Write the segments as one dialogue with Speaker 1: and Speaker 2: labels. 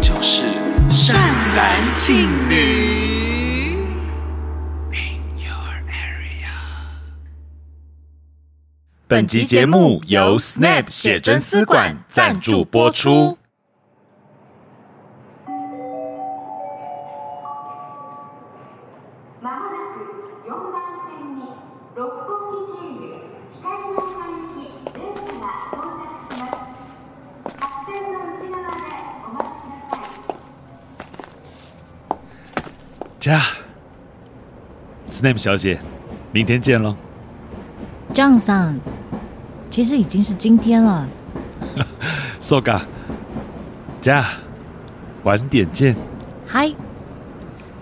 Speaker 1: 就是善男信女。In your area。
Speaker 2: 本集节目由 Snap 写真丝馆赞助播出。
Speaker 3: まもなく4番線に六本木経由光の山行き電車が到着します。白線の内側でお待ちください。
Speaker 2: 家，Snap 小姐，明天见喽。
Speaker 4: John さん，其实已经是今天了。
Speaker 2: Soga，家，晚点见。
Speaker 4: 嗨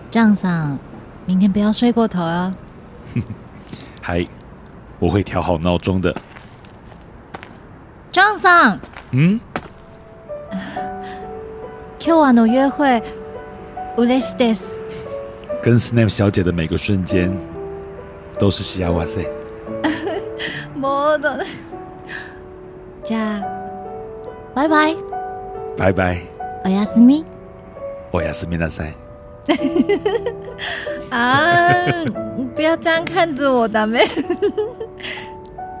Speaker 4: ，John さん，明天不要睡过头哦。
Speaker 2: 还，我会调好闹钟的。
Speaker 4: John さん，
Speaker 2: 嗯，
Speaker 4: 今日はの约会、嬉しいです。
Speaker 2: 跟 Snap 小姐的每个瞬间都是西亚哇塞。
Speaker 4: もうどうじゃあ、拜拜，
Speaker 2: 拜拜，
Speaker 4: おやすみ。
Speaker 2: 我亚斯米纳塞。
Speaker 4: 啊，不要这样看着我，达妹。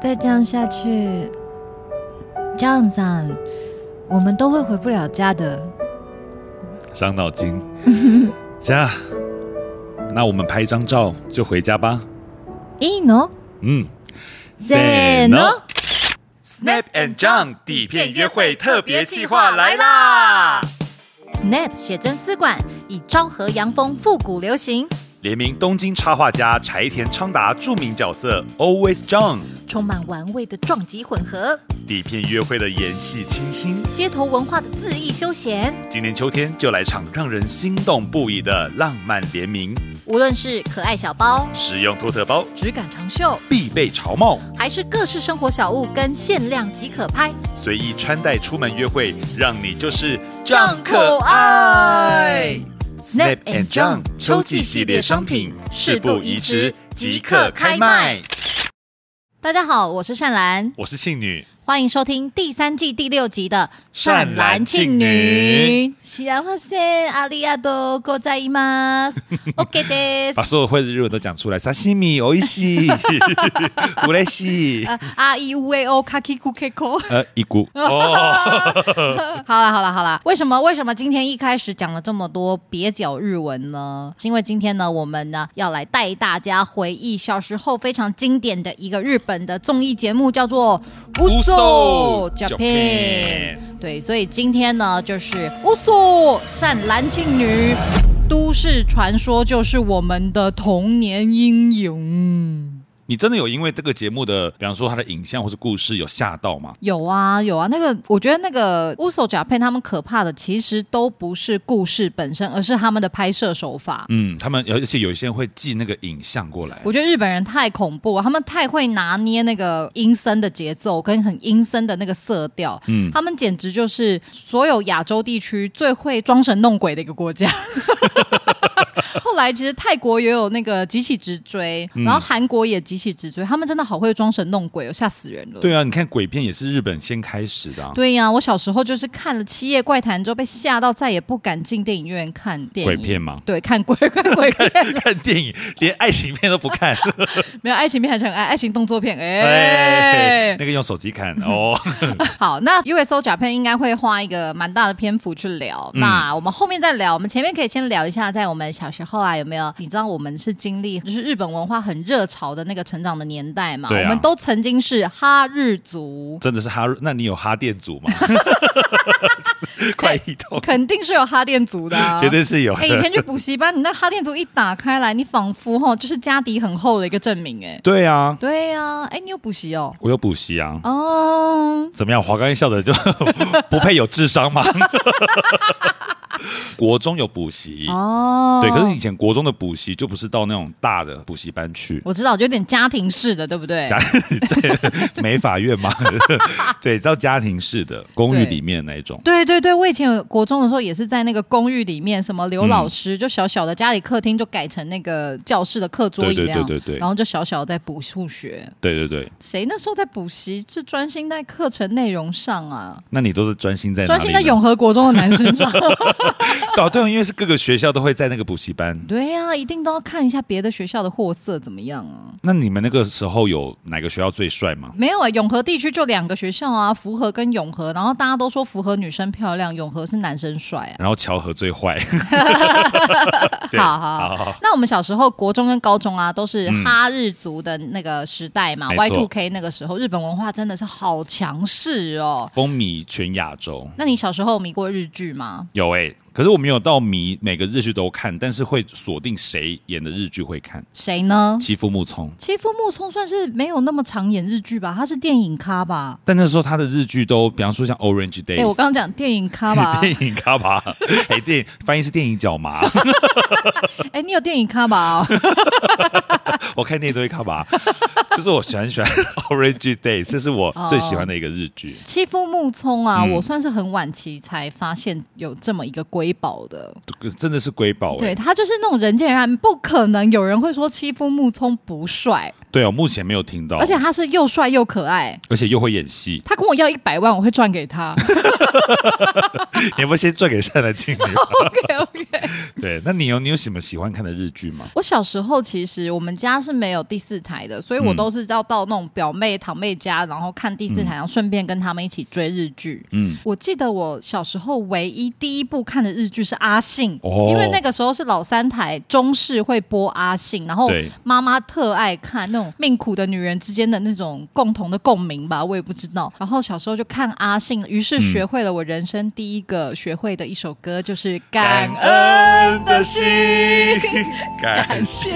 Speaker 4: 再这样下去，John さん，我们都会回不了家的。
Speaker 2: 伤脑 筋。家，那我们拍一张照就回家吧。
Speaker 4: いいの？
Speaker 2: 嗯，
Speaker 4: せーの。
Speaker 2: 哦 Snap and John 底片约会特别企划来
Speaker 4: 啦！Snap 写真丝馆以昭和洋风复古流行，
Speaker 2: 联名东京插画家柴田昌达著名角色 Always John，
Speaker 4: 充满玩味的撞击混合，
Speaker 2: 底片约会的演戏清新。
Speaker 4: 街头文化的恣意休闲。
Speaker 2: 今年秋天就来场让人心动不已的浪漫联名，
Speaker 4: 无论是可爱小包、
Speaker 2: 实用托特包、
Speaker 4: 质感长袖，
Speaker 2: 必备潮帽，
Speaker 4: 还是各式生活小物跟限量即可拍，
Speaker 2: 随意穿戴出门约会，让你就是
Speaker 4: 装可爱。
Speaker 2: Snap and John 秋季系列商品，事不宜迟，即刻开卖。。
Speaker 4: 大家好，我是善兰，
Speaker 2: 我是信女，
Speaker 4: 欢迎收听第三季第六集的《
Speaker 2: 善男信女》。
Speaker 4: 幸せありがとうございます。OK で
Speaker 2: 把
Speaker 4: す。
Speaker 2: 所有会日文都讲出来。沙西米、欧伊 西、古莱西，
Speaker 4: 啊伊乌诶哦，卡キ库ケコ。
Speaker 2: 呃，一股哦，
Speaker 4: 好啦好啦好啦，为什么为什么今天一开始讲了这么多蹩脚日文呢？是因为今天呢，我们呢要来带大家回忆小时候非常经典的一个日本的综艺节目，叫做《Uso
Speaker 2: Uso
Speaker 4: Japan
Speaker 2: Japan》。
Speaker 4: 对，所以今天呢，就是《Uso 善男信女》。都市传说就是我们的童年阴影。
Speaker 2: 你真的有因为这个节目的，比方说它的影像或是故事有吓到吗？
Speaker 4: 有啊，有啊，那个我觉得那个乌索甲片他们可怕的其实都不是故事本身，而是他们的拍摄手法。
Speaker 2: 嗯，他们而且有一些人会寄那个影像过来，
Speaker 4: 我觉得日本人太恐怖了，他们太会拿捏那个阴森的节奏跟很阴森的那个色调，
Speaker 2: 嗯
Speaker 4: 他们简直就是所有亚洲地区最会装神弄鬼的一个国家。后来其实泰国也有那个集体直追，然后韩国也集体直追，他们真的好会装神弄鬼哦，吓死人了。
Speaker 2: 对啊，你看鬼片也是日本先开始的、啊，
Speaker 4: 对呀、我小时候就是看了《七夜怪谈》之后被吓到，再也不敢进电影院看电影。
Speaker 2: 鬼片吗
Speaker 4: 对，看鬼看鬼片了，
Speaker 2: 看电影连爱情片都不 看，
Speaker 4: 没有爱情片还是很爱，爱情动作 片哎。
Speaker 2: 哎，那个用手机看哦，
Speaker 4: 好，那 USO 甲片应该会花一个蛮大的篇幅去聊。
Speaker 2: 嗯
Speaker 4: 那我们后面再聊，我们前面可以先聊一下，在我们小时候啊，有没有？你知道我们是经历就是日本文化很热潮的那个成长的年代嘛？
Speaker 2: 对啊
Speaker 4: 我们都曾经是哈日族。
Speaker 2: 真的是哈，那你有哈电组 吗？就是快一通，
Speaker 4: 肯定是有哈电族的、啊，
Speaker 2: 绝对是有的
Speaker 4: 哎、以前去补习班，你那哈电族一打开来，你仿佛哈就是家底很厚的一个证明、哎，
Speaker 2: 对啊，
Speaker 4: 对呀、哎、你有补习哦，
Speaker 2: 我有补习啊。
Speaker 4: 哦，
Speaker 2: 怎么样？华冈艺校的就 不配有智商吗？ 国中有补习，
Speaker 4: 哦，
Speaker 2: 对，可是以前国中的补习就不是到那种大的补习班去，
Speaker 4: 我知道，就有点家庭式的，对不对？
Speaker 2: 家对美法院嘛， 对，到家庭式的公寓里面那一种。
Speaker 4: 对对对，我以前国中的时候也是在那个公寓里面，什么刘老
Speaker 2: 嗯
Speaker 4: 师、就小小的家里客厅就改成那个教室的课桌椅
Speaker 2: 对对
Speaker 4: 那样，
Speaker 2: 对对对
Speaker 4: 然后就小小的在补数学。
Speaker 2: 对对对，
Speaker 4: 谁那时候在补习是专心在课程内容上啊？
Speaker 2: 那你都是专心在哪
Speaker 4: 专
Speaker 2: 里呢
Speaker 4: 心在永和国中的男生上。
Speaker 2: 哦，对，因为是各个学校都会在那个补习班。
Speaker 4: 对呀、一定都要看一下别的学校的货色怎么样啊。
Speaker 2: 那你们那个时候有哪个学校最帅吗？
Speaker 4: 没有啊，永和地区就两个学校啊，福和跟永和，然后大家都说福和女生漂亮，永和是男生帅啊。
Speaker 2: 然后乔和最坏， 对
Speaker 4: 好好
Speaker 2: 好好嗯
Speaker 4: 好，那我们小时候国中跟高中啊，都是哈日族的那个时代嘛、
Speaker 2: 没
Speaker 4: y
Speaker 2: 错
Speaker 4: two K 那个时候，日本文化真的是好强势哦。
Speaker 2: 风靡全亚洲。
Speaker 4: 那你小时候有迷过日剧吗？
Speaker 2: 有哎、可是我没有到迷每个日剧都看，但是会锁定谁演的日剧会看。
Speaker 4: 谁呢？
Speaker 2: 欺负木聪，
Speaker 4: 其实富木聪算是没有那么常演日剧吧，他是电影咖吧？
Speaker 2: 但那时候他的日剧都，比方说像《Orange Days》，
Speaker 4: 哎、我刚 刚讲电影咖吧？
Speaker 2: 电影咖 吧，哎、电影翻译是电影角麻，
Speaker 4: 哎、你有电影咖吧、哦？
Speaker 2: 我看那堆咖吧， 就是我喜欢喜欢《Orange Days》，这是我最喜欢的一个日剧。
Speaker 4: 欺负木聪啊，我算是很晚期才发现有这么一个瑰宝的。
Speaker 2: 真的是瑰宝哎、
Speaker 4: 哦对他就是那种人见人爱，不可能有人会说欺负木聪不帅，
Speaker 2: 对哦，目前没有听到，
Speaker 4: 而且他是又帅又可爱。
Speaker 2: 而且又会演戏，
Speaker 4: 他跟我要一百万，我会转给他。
Speaker 2: 你要不要先转给善男 信
Speaker 4: 哦
Speaker 2: 女？
Speaker 4: OK OK。
Speaker 2: 对，那你有你有什么喜欢看的日剧吗？
Speaker 4: 我小时候其实我们家是没有第四台的，所以
Speaker 2: 嗯
Speaker 4: 我都是要到那种表妹、堂妹家，然后看第四台，然后顺便跟他们一起追日剧。
Speaker 2: 嗯
Speaker 4: 嗯，我记得我小时候唯一第一部看的日剧是《阿信》
Speaker 2: 哦
Speaker 4: 因为那个时候是老三台中视会播《阿信》，然后
Speaker 2: 对
Speaker 4: 妈妈特爱看那种命苦的女人之间的那种共同的共鸣吧，我也不知道。然后小时候就看《阿信》，于是
Speaker 2: 嗯
Speaker 4: 学会了我人生第一个学会的一首歌，就是《 感
Speaker 2: 恩的心， 感
Speaker 4: 谢》。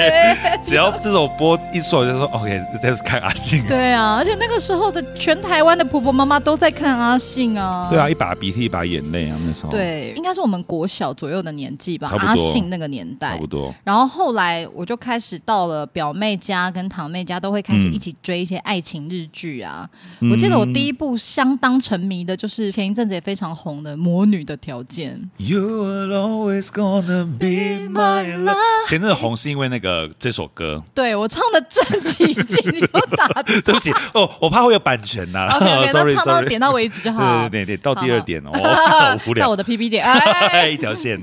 Speaker 2: 只要这首播一出，我就说 OK，这是看阿信。
Speaker 4: 对啊，而且那个时候的全台湾的婆婆妈妈都在看阿信啊。
Speaker 2: 对。啊，一把鼻涕一把眼泪啊，那时候
Speaker 4: 对，应该是我们国小左右的年纪吧
Speaker 2: 差，不多
Speaker 4: 阿信那个年
Speaker 2: 差
Speaker 4: 代
Speaker 2: 不。多。
Speaker 4: 然后后来我就开始到了表妹家跟堂妹家，都会
Speaker 2: 嗯
Speaker 4: 开始一起追一些爱情日剧啊。我记得我第一部相当沉迷的，就是前一阵子也非常红的《魔女的条件》。
Speaker 2: You are always gonna be my love。前阵子红是因为那个这首歌，
Speaker 4: 对我唱的正起劲，你给我打断。
Speaker 2: 对不起哦，我怕会有版权呐。
Speaker 4: OK OK，那
Speaker 2: sorry
Speaker 4: 唱到
Speaker 2: sorry。
Speaker 4: 点到为止就好。
Speaker 2: 哦 对对对对，到第二 点哦，
Speaker 4: 好
Speaker 2: 好无
Speaker 4: 到
Speaker 2: 聊
Speaker 4: 我， 的 PP 点，哎，
Speaker 2: 一条 线。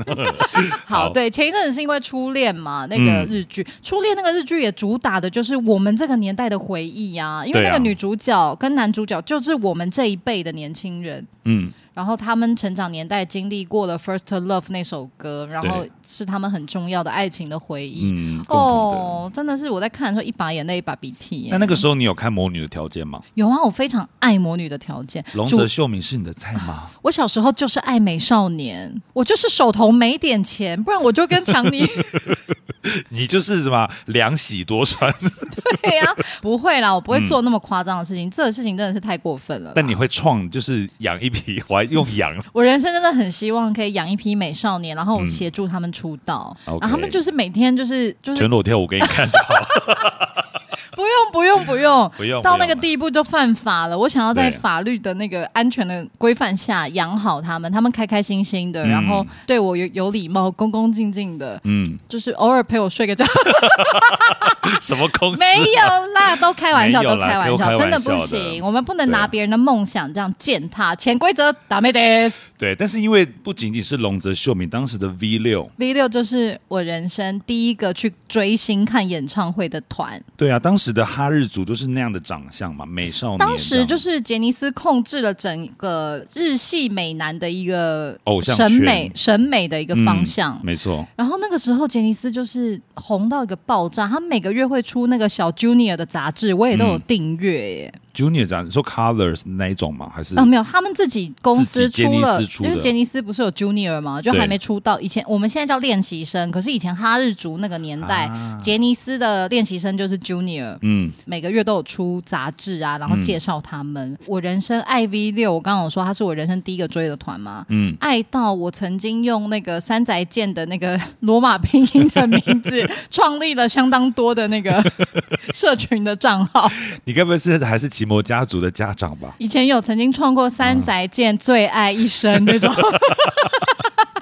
Speaker 4: 好，
Speaker 2: 好嗯
Speaker 4: 对，前一阵子是因为初恋嘛，那个日剧，初恋那个日剧也主打的就是我们这个年代的回忆啊，因为
Speaker 2: 对啊
Speaker 4: 那个女主角跟男主角就是我们这一辈的年轻人，
Speaker 2: 嗯，
Speaker 4: 然后他们成长年代经历过了《First Love》那首歌，然后
Speaker 2: 对
Speaker 4: 是他们很重要的爱情的回忆。
Speaker 2: 嗯，共同的。
Speaker 4: 哦，真的是我在看的时候一把眼泪一把鼻涕耶
Speaker 2: 那。那个时候你有看《魔女的条件》吗？
Speaker 4: 有啊，我非常爱《魔女的条件》
Speaker 2: 龙
Speaker 4: 主
Speaker 2: 泽秀明是你的菜 吗？
Speaker 4: 我小时候就是爱美少年，我就是手头没点钱，不然我就跟强尼
Speaker 2: 你就是什么两喜多 穿，
Speaker 4: 对
Speaker 2: 啊
Speaker 4: 呀、不会啦，我不会做那么夸张的事情，这个事情真的是太过分了啦。
Speaker 2: 嗯但你会创，就是养一匹，我还用养。
Speaker 4: 我人生真的很希望可以养一批美少年，然后我协助他们出道，
Speaker 2: 嗯 OK
Speaker 4: 然后他们就是每天就是就是
Speaker 2: 全裸跳舞给你看就好，
Speaker 4: 不用不用不用
Speaker 2: 不用
Speaker 4: 到那
Speaker 2: 不
Speaker 4: 个
Speaker 2: 用
Speaker 4: 地步就犯法了。我想要在
Speaker 2: 对
Speaker 4: 法律的那个安全的规范下养好他们，他们开开心心的，然后对我有有礼貌、恭恭敬敬的，
Speaker 2: 嗯，
Speaker 4: 就是偶尔陪我睡个觉。
Speaker 2: 什么公司？
Speaker 4: 没有啦，都开玩笑，
Speaker 2: 没有
Speaker 4: 都
Speaker 2: 啦
Speaker 4: 开玩
Speaker 2: 都开
Speaker 4: 笑，
Speaker 2: 玩
Speaker 4: 真的不
Speaker 2: 笑的
Speaker 4: 行，我们不能
Speaker 2: 对
Speaker 4: 拿
Speaker 2: 啊
Speaker 4: 别人的梦想这样践踏，潜规则打没得。
Speaker 2: 对，但是因为不仅仅是龙泽秀明当时的 V 六，
Speaker 4: V 六就是我人生第一个去追星看演唱会的团，
Speaker 2: 对啊，当时的哈日族就是那样的长相嘛，美少年这样。
Speaker 4: 当时就是杰尼斯控制了整个日系美男的一个
Speaker 2: 偶像
Speaker 4: 审
Speaker 2: 圈
Speaker 4: 美审美的一个
Speaker 2: 嗯
Speaker 4: 方向。
Speaker 2: 没错。
Speaker 4: 然后那个时候，杰尼斯就是红到一个爆炸，他每个月会出那个小 Junior 的杂志，我也
Speaker 2: 嗯
Speaker 4: 都有订阅耶。
Speaker 2: Junior 长，你说 Colors 那一种吗？还是
Speaker 4: 啊，没有，他们自己公司
Speaker 2: 自己杰
Speaker 4: 出
Speaker 2: 尼
Speaker 4: 了，
Speaker 2: 斯出
Speaker 4: 因为
Speaker 2: 的
Speaker 4: 杰尼斯不是有 Junior 嘛，就
Speaker 2: 对
Speaker 4: 还没出道。以前我们现在叫练习生，可是以前哈日族那个年代，
Speaker 2: 啊
Speaker 4: 杰尼斯的练习生就是 Junior，
Speaker 2: 嗯，
Speaker 4: 每个月都有出杂志啊，然后介绍他们。我人生爱 V 六，我刚刚有说他是我人生第一个追的团嘛，
Speaker 2: 嗯
Speaker 4: 嗯，爱到我曾经用那个山宅健的那个 罗马拼音的名字， 创立了相当多的那个 社群的账号。
Speaker 2: 你该不会是还是奇摩家族的家 长吧？啊
Speaker 4: 以前有曾经创过三宅健最爱一生那种，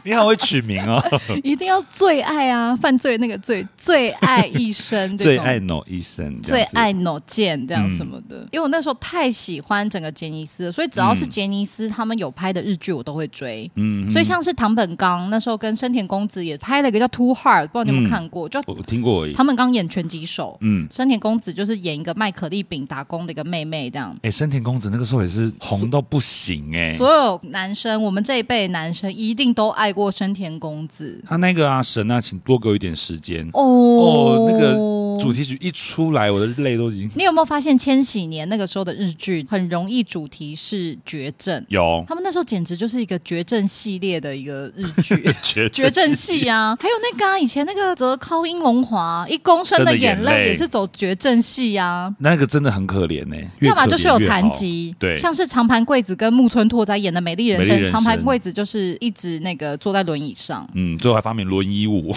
Speaker 2: 你好会取名 哦，
Speaker 4: 一定要最爱啊，犯罪那个罪，最爱一生，
Speaker 2: 最爱。某医生，这
Speaker 4: 最
Speaker 2: 样子
Speaker 4: 爱 no 见这样
Speaker 2: 嗯嗯
Speaker 4: 什么的，因为我那时候太喜欢整个杰尼斯了，所以只要是杰尼斯他们有拍的日剧，我都会追。
Speaker 2: 嗯，嗯
Speaker 4: 所以像是唐本刚那时候跟深田恭子也拍了一个叫《Too Hard》，不知道你有没有
Speaker 2: 嗯
Speaker 4: 看过？就
Speaker 2: 我我听过而已，
Speaker 4: 唐本刚演拳击手，
Speaker 2: 嗯，
Speaker 4: 深田恭子就是演一个卖可丽饼打工的一个妹妹这样。
Speaker 2: 哎，深田公子那个时候也是红到不行哎，
Speaker 4: 所有男生，我们这一辈男生一定都爱过深田恭子
Speaker 2: 他那个啊，神啊，请多给我一点时间
Speaker 4: 哦
Speaker 2: 哦，那个主题曲一出来，我的泪都已经
Speaker 4: 你有没有发现千禧年那个时候的日剧很容易主题是绝症？
Speaker 2: 有
Speaker 4: 他们那时候简直就是一个绝症系列的一个日剧，
Speaker 2: 绝
Speaker 4: 绝症系啊，还有那个、啊、以前那个泽尻英龙华一公升的眼
Speaker 2: 真的眼
Speaker 4: 泪
Speaker 2: 泪
Speaker 4: 也是走绝症系啊。
Speaker 2: 那个真的很可怜呢、欸，越
Speaker 4: 要么
Speaker 2: 可
Speaker 4: 就是
Speaker 2: 怜
Speaker 4: 有
Speaker 2: 越
Speaker 4: 残
Speaker 2: 好
Speaker 4: 疾，
Speaker 2: 对，
Speaker 4: 像是长盘贵子跟木村拓哉演的《美丽人
Speaker 2: 美
Speaker 4: 生
Speaker 2: 丽》，人生，
Speaker 4: 长盘贵子就是一直那个坐在轮椅上
Speaker 2: 嗯，最后还发明轮椅 舞，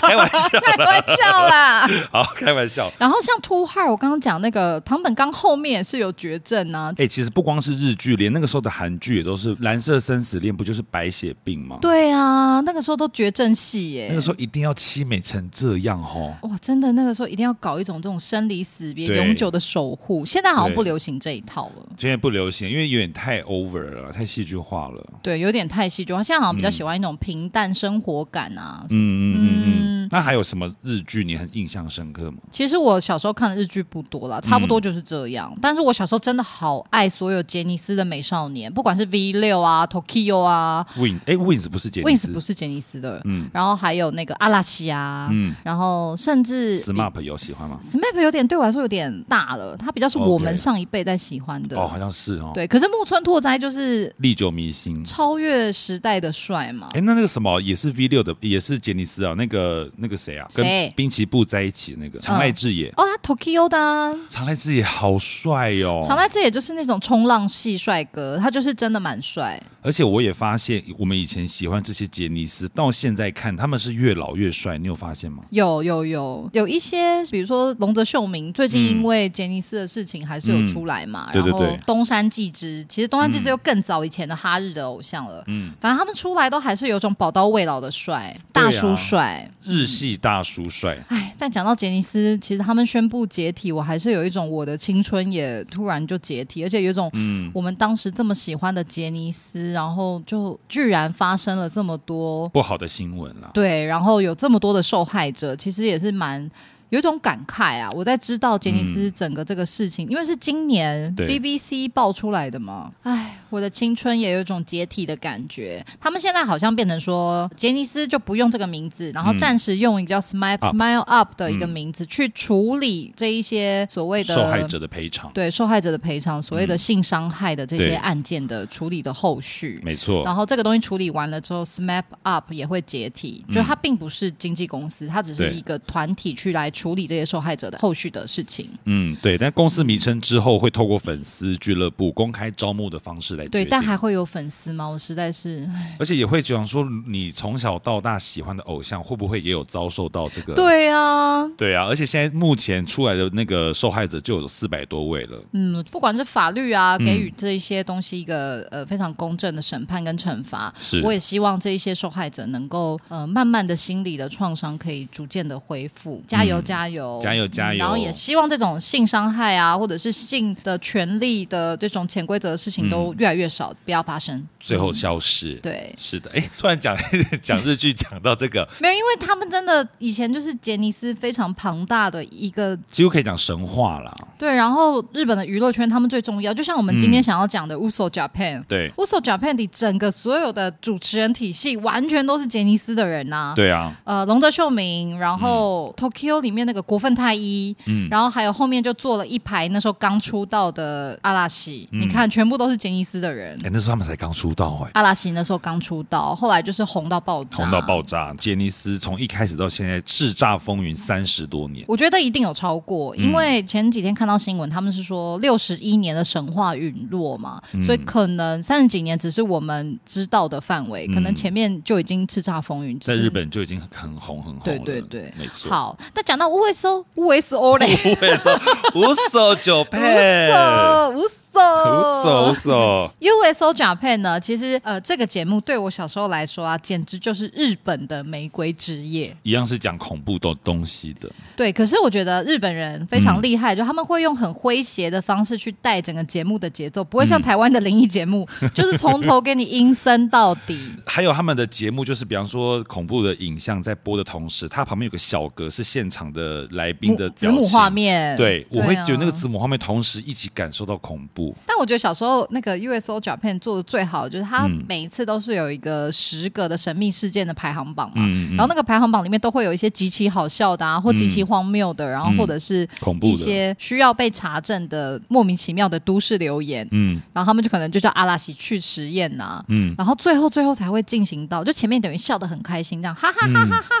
Speaker 2: 开玩笑，
Speaker 4: 开玩笑 啦。
Speaker 2: 好，开玩笑。
Speaker 4: 然后像 Two Heart，我刚刚讲那个唐本刚后面也是有绝症啊，
Speaker 2: 哎、其实不光是日剧，连那个时候的韩剧也都是《蓝色生死恋》，不就是白血病吗？，
Speaker 4: 对啊，那个时候都绝症系耶、
Speaker 2: 那个时候一定要凄美成这样哦。
Speaker 4: 哇，真的那个时候一定要搞一种这种生离死别、
Speaker 2: 对
Speaker 4: 永久的守护。现在好像
Speaker 2: 对
Speaker 4: 不流行这一套了，
Speaker 2: 现在不流行，因为有点太 over 了，太戏剧化了。
Speaker 4: 对，有点太戏剧化。现在好像比较喜欢一种平淡生活感啊。
Speaker 2: 嗯嗯嗯嗯。那还有什么日剧你很印象深刻吗？
Speaker 4: 其实我小时候看的日剧不多
Speaker 2: 嗯
Speaker 4: 啦，差不多就是这样。但是我小时候真的好爱所有杰尼斯的美少年，不管是 V 六啊、Tokyo 啊
Speaker 2: Win，哎、w i n s 不是杰尼斯
Speaker 4: ，Wings 不是杰尼斯的，
Speaker 2: 嗯
Speaker 4: 然后还有那个阿拉西啊，
Speaker 2: 嗯
Speaker 4: 然后甚至
Speaker 2: SMAP 有喜欢吗？
Speaker 4: SMAP 有点对我来说有点大了，它比较是我们
Speaker 2: OK
Speaker 4: 上一辈在喜欢的。
Speaker 2: 哦，好像是哦。，
Speaker 4: 对，可是木村拓哉就是
Speaker 2: 历久弥新。
Speaker 4: 超越时代的帅嘛。
Speaker 2: 哎，那那个什么也是 V 六的，也是杰尼斯啊，那个那个谁啊，跟
Speaker 4: 谁
Speaker 2: 滨崎步在一起那个长濑智也，
Speaker 4: 哦，他 Tokyo 的、啊，
Speaker 2: 长濑智也好帅哦。
Speaker 4: 长濑智也就是那种冲浪系帅哥，他就是真的蛮帅。
Speaker 2: 而且我也发现，我们以前喜欢这些杰尼斯，到现在看他们是越老越帅，你有发现吗？
Speaker 4: 有有有有一些，比如说龙泽秀明，最近因为杰尼斯的事情还是有出来嘛。
Speaker 2: 嗯对对
Speaker 4: 然后
Speaker 2: 对嗯
Speaker 4: 东山纪之，其实东山纪之又更早以前的哈日的偶像了。嗯，反正他们出来都还是有种宝刀未老的帅，
Speaker 2: 对啊
Speaker 4: 大叔帅。
Speaker 2: 日系大叔帅，
Speaker 4: 哎，但讲到杰尼斯，其实他们宣布解体，我还是有一种我的青春也突然就解体，而且有一种
Speaker 2: 嗯
Speaker 4: 我们当时这么喜欢的杰尼斯，然后就居然发生了这么多
Speaker 2: 不好的新闻啊啦。
Speaker 4: 对，然后有这么多的受害者，其实也是蛮。有一种感慨啊！我在知道杰尼斯整个这个事情，因为是今年
Speaker 2: 嗯对
Speaker 4: BBC 爆出来的嘛。唉，我的青春也有一种解体的感觉。他们现在好像变成说，杰尼斯就不用这个名字，然后暂时用一个叫 Smile、
Speaker 2: 嗯 Up 嗯
Speaker 4: Smile Up 的一个名字、去处理这一些所谓的
Speaker 2: 受害者的赔偿，
Speaker 4: 对受害者的赔偿，所谓的性伤害的这
Speaker 2: 对
Speaker 4: 些案件的处理的后续。
Speaker 2: 没错。
Speaker 4: 然后这个东西处理完了之后，SMAP Up 也会解体，就它并不是经纪公司，它只是
Speaker 2: 嗯对
Speaker 4: 一个团体去来处理这些受害者的后续的事情。
Speaker 2: 嗯，对。但公司名称之后会透过粉丝俱乐部公开招募的方式来决定。
Speaker 4: 对，但还会有粉丝吗？我实在是，
Speaker 2: 而且也会讲说，你从小到大喜欢的偶像会不会也有遭受到这个？
Speaker 4: 对啊，
Speaker 2: 对啊，而且现在目前出来的那个受害者就有四百多位了。
Speaker 4: 嗯，不管是法律
Speaker 2: 嗯
Speaker 4: 啊，给予这一些东西一个呃非常公正的审判跟惩罚。
Speaker 2: 是
Speaker 4: 我也希望这一些受害者能够呃慢慢的心理的创伤可以逐渐的恢复，加油加油、
Speaker 2: 嗯
Speaker 4: 嗯
Speaker 2: 加油加油
Speaker 4: 然后也希望这种性伤害啊，或者是性的权利的这种潜规则的事情都
Speaker 2: 嗯
Speaker 4: 越来越少，不要发生。
Speaker 2: 最后消失。
Speaker 4: 对
Speaker 2: 是的。哎，突然讲 讲日剧，讲到这个，
Speaker 4: 没有，因为他们真的以前就是杰尼斯非常庞大的一个
Speaker 2: 几乎可以讲神话啦。
Speaker 4: 对，然后日本的娱乐圈他们最重要，就像我们今天想要讲的 Uso Japan，
Speaker 2: 嗯对
Speaker 4: ，Uso Japan 里整个所有的主持人体系完全都是杰尼斯的人呐、。
Speaker 2: 对嗯啊，
Speaker 4: 呃，龙泽秀明，然后 Tokyo 里面那个国分太一，嗯，然后还有后面就坐了一排那时候刚出道的阿拉西，你看全部都是杰尼斯的人。
Speaker 2: 嗯哎，那时候他们才刚出道哎、
Speaker 4: 阿拉西那时候刚出道，后来就是啊红到爆炸，
Speaker 2: 红到爆炸！杰尼斯从一开始到现在叱咤风云三十多年，
Speaker 4: 我觉得一定有超过，
Speaker 2: 嗯
Speaker 4: 因为前几天看到新闻，他们是说六十一年的神话陨落嘛，
Speaker 2: 嗯
Speaker 4: 所以可能三十几年只是我们知道的范围，可能前面就已经叱咤风云。只
Speaker 2: 嗯在
Speaker 4: 是
Speaker 2: 日本就已经很红很红了。
Speaker 4: 对对对，
Speaker 2: 没错。
Speaker 4: 好，那讲到 USO USO 嘞
Speaker 2: 不会说无所九佩，
Speaker 4: ，USO
Speaker 2: 无所无
Speaker 4: USO，
Speaker 2: 所。道。
Speaker 4: USO Japan 呢，其实呃，这个节目对我小时候来说啊，简直就是日本的玫瑰之夜。
Speaker 2: 一样是讲恐怖的东西的，
Speaker 4: 对，可是我觉得日本人非
Speaker 2: 嗯
Speaker 4: 常厉害，就他们会用很诙谐的方式去带整个节目的节奏，
Speaker 2: 嗯
Speaker 4: 不会像台湾的灵异节目，就是从头给你阴森到 底。
Speaker 2: 还有他们的节目就是，比方说恐怖的影像在播的同时，它旁边有个小格是现场的来宾的
Speaker 4: 子
Speaker 2: 表
Speaker 4: 母
Speaker 2: 情
Speaker 4: 画。面，
Speaker 2: 对，我会
Speaker 4: 啊
Speaker 2: 觉得那个子母画面同时一起感受到恐怖。
Speaker 4: 但我觉得小时候那个 USO Japan 做的最好的，就是它
Speaker 2: 嗯
Speaker 4: 每一次都是有一个十个的神秘事件的排行榜嘛，
Speaker 2: 嗯嗯
Speaker 4: 然后那个排行榜里面都会有一些极其好笑的啊，或极其荒谬的，然后或者是
Speaker 2: 恐怖的
Speaker 4: 一些需要被查证的莫名其妙的都市留言，
Speaker 2: 嗯
Speaker 4: 然后他们就可能就叫阿拉西去实验呐、
Speaker 2: 嗯，
Speaker 4: 然后最后最后才会进行到，就前面等于笑得很开心这样，哈哈哈哈哈哈哈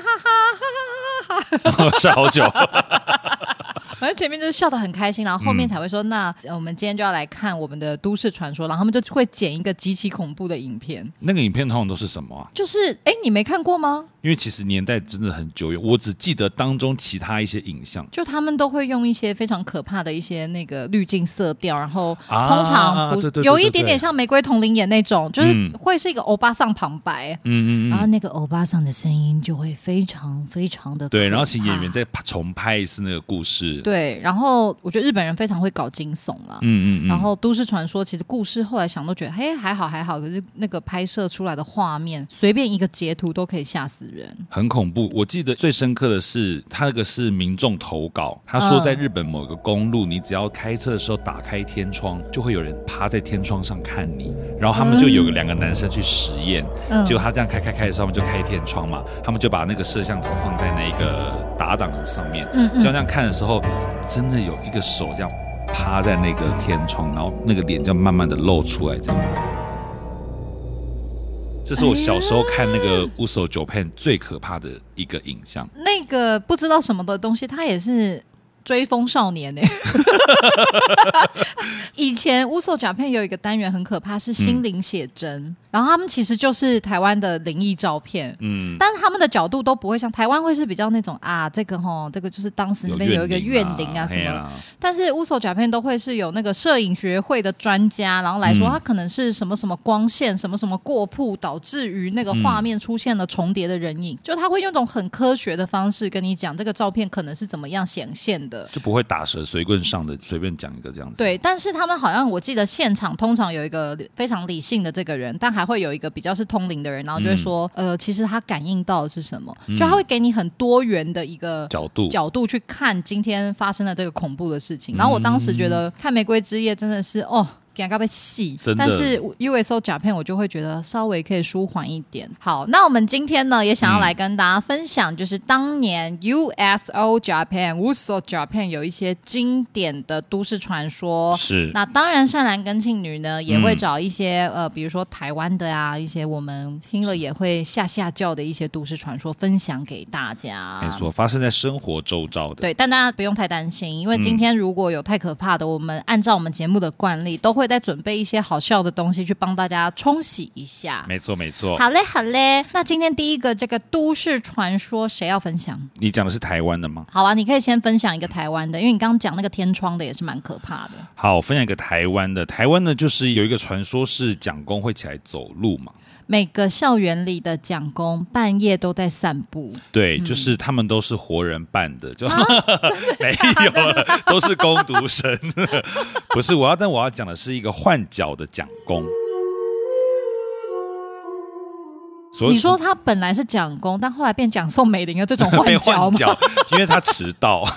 Speaker 4: 哈哈哈哈，
Speaker 2: 是好久。
Speaker 4: 反正前面就是笑得很开心，然后后
Speaker 2: 嗯
Speaker 4: 面才会说，那呃我们今天就要来看我们的都市传说，然后他们就会剪一个极其恐怖的影片，
Speaker 2: 那个影片通常都是什么啊、
Speaker 4: 就是哎，诶你没看过吗？
Speaker 2: 因为其实年代真的很久远，我只记得当中其他一些影像。
Speaker 4: 就他们都会用一些非常可怕的一些那个滤镜色调，然后
Speaker 2: 啊
Speaker 4: 通常不、
Speaker 2: 对对对
Speaker 4: 有
Speaker 2: 对
Speaker 4: 一
Speaker 2: 对
Speaker 4: 点点像玫瑰同林演那种，就是
Speaker 2: 嗯
Speaker 4: 会是一个欧巴桑旁白，
Speaker 2: 嗯嗯
Speaker 4: 然后
Speaker 2: 嗯，
Speaker 4: 那个欧巴桑的声音就会非常非常的
Speaker 2: 对，
Speaker 4: 可
Speaker 2: 然后请演员
Speaker 4: 怕
Speaker 2: 再拍重拍一次那个故事。，
Speaker 4: 对，然后我觉得日本人非常会搞惊悚啦。
Speaker 2: 嗯嗯嗯，
Speaker 4: 然后都市传说其实故事后来想都觉得，嘿，还好还好，可是那个拍摄出来的画面，随便一个截图都可以吓死人。
Speaker 2: 很恐怖。我记得最深刻的是，他那个是民众投稿，他说
Speaker 4: 嗯
Speaker 2: 在日本某个公路，你只要开车的时候打开天窗，就会有人趴在天窗上看你。然后他们就有个两个男生去实验，
Speaker 4: 嗯
Speaker 2: 结果他这样开开开的时候，他们就开天窗嘛，他们就把那个摄像头放在那个打挡上面，
Speaker 4: 嗯嗯
Speaker 2: 就这样看的时候，真的有一个手这样趴在那个天窗，然后那个脸就慢慢的露出来这样。这是我小时候看那
Speaker 4: 啊
Speaker 2: 个《乌手九片》最可怕的一个影像。
Speaker 4: 那个不知道什么的东西，它也是追风少年 呢、以前乌索甲片有一个单元很可怕，是心嗯灵写真，然后他们其实就是台湾的灵异照片。
Speaker 2: 嗯，
Speaker 4: 但是他们的角度都不会像台湾会是比较那种啊，这个吼，这个就是当时嗯那边有一个怨灵啊什
Speaker 2: 嘿
Speaker 4: 么的，
Speaker 2: 啊
Speaker 4: 但是乌手甲片都会是有那个摄影学会的专家，然后来说，
Speaker 2: 嗯
Speaker 4: 他可能是什么什么光线、什么什么过曝，导致于那个画面出现了重叠的人影。就他会用一种很科学的方式跟你讲，这个照片可能是怎么样显现的。
Speaker 2: 就不会打蛇随棍上的，随便讲一个这样子。，
Speaker 4: 对，但是他们好像我记得现场通常有一个非常理性的这个人，但还会有一个比较是通灵的人，然后就会说，呃，其实他感应到的是什么，就他会给你很多元的一个
Speaker 2: 角度嗯
Speaker 4: 角度去看今天发生的这个恐怖的事情。然后我当时觉得看《玫瑰之夜》真的是哦。尴尬被戏
Speaker 2: 真，的
Speaker 4: 但是 USO 甲片我就会觉得稍微可以舒缓一点。好，那我们今天呢也想要来跟大家分享，就是当年 USO Japan、USO Japan 有一些经典的都市传说。
Speaker 2: 是嗯
Speaker 4: 那当然，善男跟庆女呢也会找一些、呃，比如说台湾的啊，一些我们听了也会吓吓叫的一些都市传说分享给大家。
Speaker 2: 没错，发生在生活周遭的。
Speaker 4: 啊对，但大家不用太担心，因为今天如果有太可怕的，我们按照我们节目的惯例，都会再准备一些好笑的东西去帮大家冲洗一下。
Speaker 2: 没错，没错。
Speaker 4: 好嘞，好嘞。那今天第一个这个都市传说，谁要分享？
Speaker 2: 你讲的是台湾的吗？
Speaker 4: 好啊，你可以先分享一个台湾的，因为你刚刚讲那个天窗的也是蛮可怕的。
Speaker 2: 好，分享一个台湾的。台湾呢，就是有一个传说是蒋公会起来走路嘛。
Speaker 4: 每个校园里的蒋公半夜都在散步，
Speaker 2: 对，
Speaker 4: 嗯
Speaker 2: 就是他们都是活人扮的，
Speaker 4: 啊
Speaker 2: 就、 没有了，都是工读生。 不是，我要但我要讲的是一个换脚的蒋公。所以
Speaker 4: 你说他本来是蒋公，但后来变蒋宋美龄的这种 换
Speaker 2: 被
Speaker 4: 角
Speaker 2: 换
Speaker 4: 吗？
Speaker 2: 脚，因为他迟 到，
Speaker 4: 真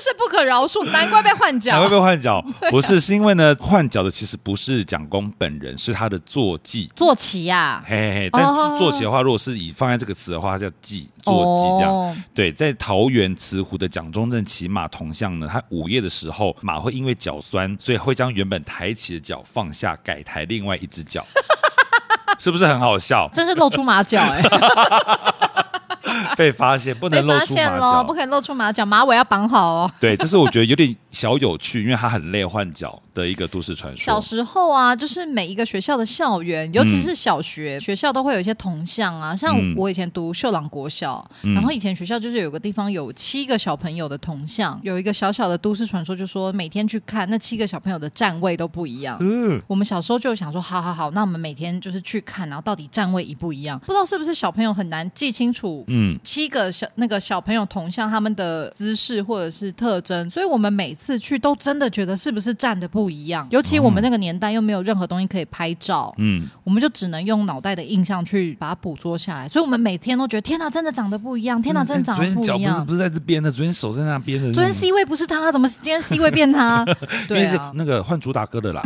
Speaker 4: 是不可饶恕，难怪被换
Speaker 2: 还
Speaker 4: 角
Speaker 2: 会。被换脚。
Speaker 4: 啊
Speaker 2: 不是，是因为呢，换脚的其实不是蒋公本人，是他的坐骑。
Speaker 4: 坐骑呀、
Speaker 2: 嘿嘿嘿，但
Speaker 4: 哦
Speaker 2: 是坐骑的话，如果是以放在这个词的话，它叫骑坐骑这样。
Speaker 4: 哦
Speaker 2: 对，在桃园慈湖的蒋中正骑马铜像呢，他午夜的时候，马会因为脚酸，所以会将原本抬起的脚放下，改抬另外一只 脚，是不是很好笑？
Speaker 4: 真是露出马脚哎、
Speaker 2: 被发现不
Speaker 4: 被
Speaker 2: 能露
Speaker 4: 发
Speaker 2: 出
Speaker 4: 现
Speaker 2: 马
Speaker 4: 喽，不
Speaker 2: 脚。
Speaker 4: 可以露出马脚，马尾要绑好哦。
Speaker 2: 对，这是我觉得有点小有趣，因为它很累换脚的一个都市传
Speaker 4: 小
Speaker 2: 说。
Speaker 4: 时候啊，就是每一个学校的校园，尤其是小学、学校都会有一些铜像啊。像
Speaker 2: 嗯
Speaker 4: 我以前读秀朗国小，然后以前学校就是有个地方有七个小朋友的铜像，有一个小小的都市传说，就说每天去看那七个小朋友的站位都不一样。
Speaker 2: 嗯，
Speaker 4: 我们小时候就想说，好好好，那我们每天就是去看，然后到底站位一不一样？不知道是不是小朋友很难记清楚，
Speaker 2: 嗯，
Speaker 4: 七个小那个小朋友同像他们的姿势或者是特征，所以我们每次去都真的觉得是不是站的不一样？尤其我们那个年代又没有任何东西可以拍照，
Speaker 2: 嗯，
Speaker 4: 我们就只能用脑袋的印象去把它捕捉下来，所以我们每天都觉得天哪，真的长得不一样，天哪，真的长
Speaker 2: 哎昨
Speaker 4: 得
Speaker 2: 天脚
Speaker 4: 不一
Speaker 2: 不是
Speaker 4: 样
Speaker 2: 不。是在这边的，昨天手在那边的。
Speaker 4: 嗯哎昨天 C 位不是他，怎么今天 C 位变他？
Speaker 2: 因为
Speaker 4: 对
Speaker 2: 是
Speaker 4: 啊，
Speaker 2: 那个换主打歌的啦。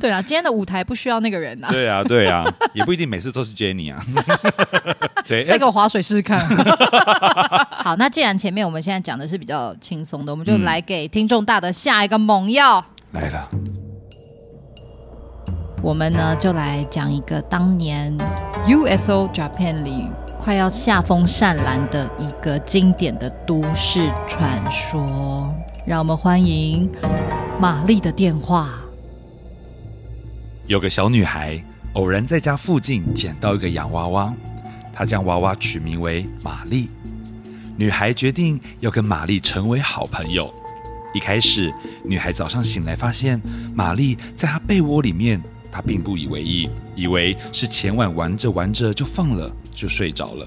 Speaker 4: 对啊，今天的舞台不需要那个人啊。
Speaker 2: 对啊，对啊，也不一定每次都是 Jenny 啊。 对，
Speaker 4: 再给我划水试试看。 好，那既然前面我们现在讲的是比较轻松的，我们就来给听众大的下一个猛药。
Speaker 2: 哎来了，
Speaker 4: 我们呢就来讲一个当年 USO Japan 里快要下风善兰的一个经典的都市传说。让我们欢迎玛丽的电话。
Speaker 2: 有个小女孩偶然在家附近捡到一个洋娃娃，她将娃娃取名为玛丽。女孩决定要跟玛丽成为好朋友。一开始，女孩早上醒来发现玛丽在她被窝里面，她并不以为意，以为是前晚玩着玩着就放了，就睡着了。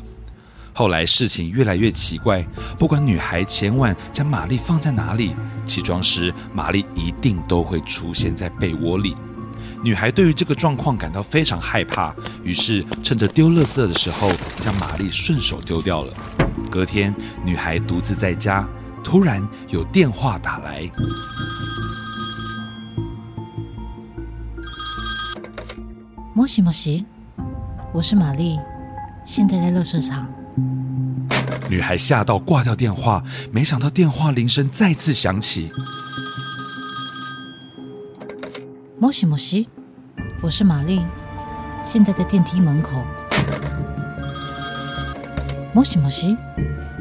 Speaker 2: 后来事情越来越奇怪，不管女孩前晚将玛丽放在哪里，起床时玛丽一定都会出现在被窝里。女孩对于这个状况感到非常害怕，于是趁着丢垃圾的时候，将玛丽顺手丢掉了。隔天，女孩独自在家，突然有电话打来，
Speaker 4: もしもし，我是玛丽，现在在乐市场。
Speaker 2: 女孩吓到挂掉电话，没想到电话铃声再次响起。
Speaker 4: もしもし，我是玛丽，现在在电梯门口。もしもし，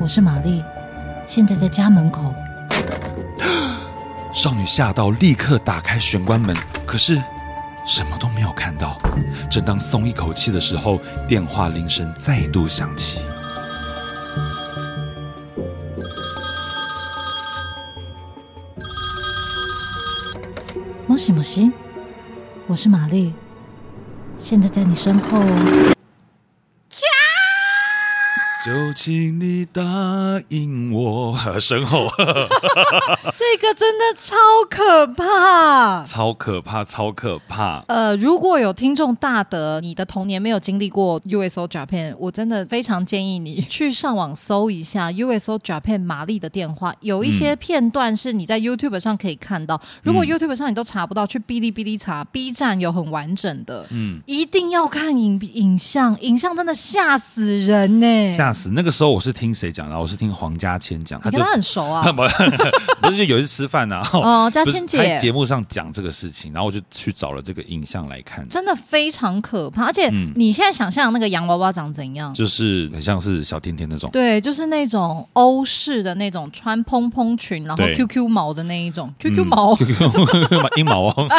Speaker 4: 我是玛丽，现在在家门口。
Speaker 2: 少女吓到，立刻打开玄关门，可是什么都没有看到。正当松一口气的时候，电话铃声再度响起。
Speaker 4: もしもし，我是玛丽，现在在你身后哦。
Speaker 2: 就请你答应我，身后
Speaker 4: 这个真的超可怕。
Speaker 2: 超可怕，超可怕。
Speaker 4: 呃，如果有听众大德，你的童年没有经历过 USO Japan，我真的非常建议你 去上网搜一下 USO Japan 玛丽的电话，有一些片段是你在 YouTube 上可以看到。如果 YouTube 上你都查不到，去哔哩哔哩查，B 站有很完整的。嗯，一定要看影影像，影像真的吓死人呢、
Speaker 2: 吓死！那个时候我是听谁讲的？我是听黄家千讲，
Speaker 4: 你
Speaker 2: 就
Speaker 4: 跟 他很熟啊
Speaker 2: ？不不是就有一次吃饭呐、啊，
Speaker 4: 哦家千姐
Speaker 2: 不是她在节目上讲这个事情，然后我就去找了这个影像来看，
Speaker 4: 真的非常可怕，而且你现在想象那个洋娃娃长怎样？
Speaker 2: 就是很像是小甜甜那种，
Speaker 4: 对，就是那种欧式的那种穿蓬蓬裙，然后
Speaker 2: 对嗯
Speaker 4: QQ 毛的那一种 QQ 毛。
Speaker 2: 阴毛 哦
Speaker 4: 哎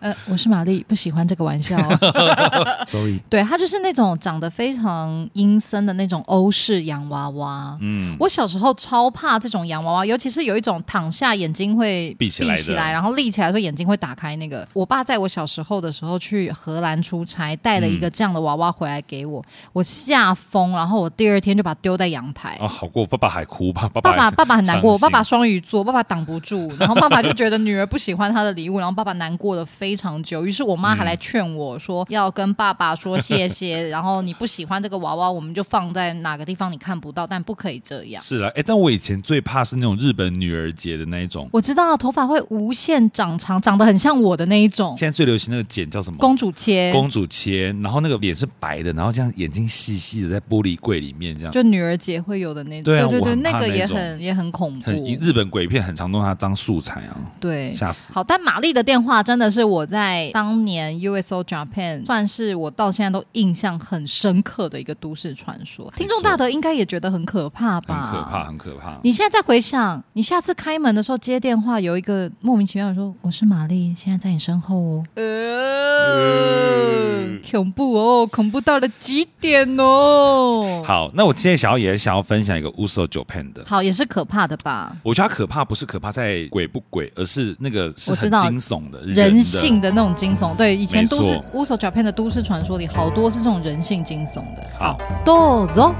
Speaker 4: 呃，我是玛丽，不喜欢这个玩笑哦、
Speaker 2: ，sorry，
Speaker 4: 对，她就是那种长得非常阴森的那种欧式洋娃娃。嗯，我小时候超怕这种洋娃娃，尤其是有一种躺下眼睛会
Speaker 2: 闭起来的
Speaker 4: 然后立起来的时候眼睛会打开那个。我爸在我小时候的时候去荷兰出差，带了一
Speaker 2: 嗯
Speaker 4: 个这样的娃娃回来给我，我吓疯，然后我第二天就把它丢在阳台。
Speaker 2: 啊，好过爸爸还哭吧，爸爸
Speaker 4: 爸爸
Speaker 2: 还
Speaker 4: 爸爸很难过，
Speaker 2: 伤
Speaker 4: 爸
Speaker 2: 心
Speaker 4: 爸双鱼座，爸爸挡不住，然后爸爸就觉得女儿不喜欢他的礼物，然后爸爸难过了非常久。于是我妈还来劝我说要跟爸爸说谢 谢，然后你不喜欢这个娃娃，我们就放在哪个地方你看不到，但不可以这样。
Speaker 2: 是啦，哎，但我以前最怕是那种日本女儿节的那一种，
Speaker 4: 我知道头发会无限长长，长得很像我的那一种
Speaker 2: 现在最流行那个剪叫什么？
Speaker 4: 公主切，
Speaker 2: 公主切，然后那个脸是白的，然后这样眼睛细细的在玻璃柜里面这样，
Speaker 4: 就女儿节会有的那种。
Speaker 2: 啊对啊
Speaker 4: 对
Speaker 2: 我
Speaker 4: 对，
Speaker 2: 很
Speaker 4: 那
Speaker 2: 怕
Speaker 4: 个
Speaker 2: 那
Speaker 4: 也
Speaker 2: 种
Speaker 4: 很也很恐怖
Speaker 2: 很。日本鬼片很常用它当素材啊，
Speaker 4: 对，
Speaker 2: 吓死！
Speaker 4: 好，但玛丽的电话真的是我在当年 USO Japan 算是我到现在都印象很深刻的一个都市传说。听众大德应该也觉得很可怕
Speaker 2: 很
Speaker 4: 吧？
Speaker 2: 可怕，。很可怕。
Speaker 4: 你现在再回想，你下次开门的时候接电话，有一个莫名其妙的说：“我是玛丽，现在在你身后哦。”呃，恐怖哦，恐怖到了极点哦。
Speaker 2: 好，那我今天想要也想要分享一个 Uso Japan 的。
Speaker 4: 好，也是可怕的吧？
Speaker 2: 我觉得它可怕不是可怕在鬼不鬼，而是那个是
Speaker 4: 我
Speaker 2: 很
Speaker 4: 知道
Speaker 2: 惊悚的
Speaker 4: 人
Speaker 2: 的
Speaker 4: 性的那种惊悚，对，以前
Speaker 2: 没
Speaker 4: 都市
Speaker 2: 错
Speaker 4: 乌索甲片的都市传说里，好多是这种人性惊悚的。
Speaker 2: 好，
Speaker 4: 豆走，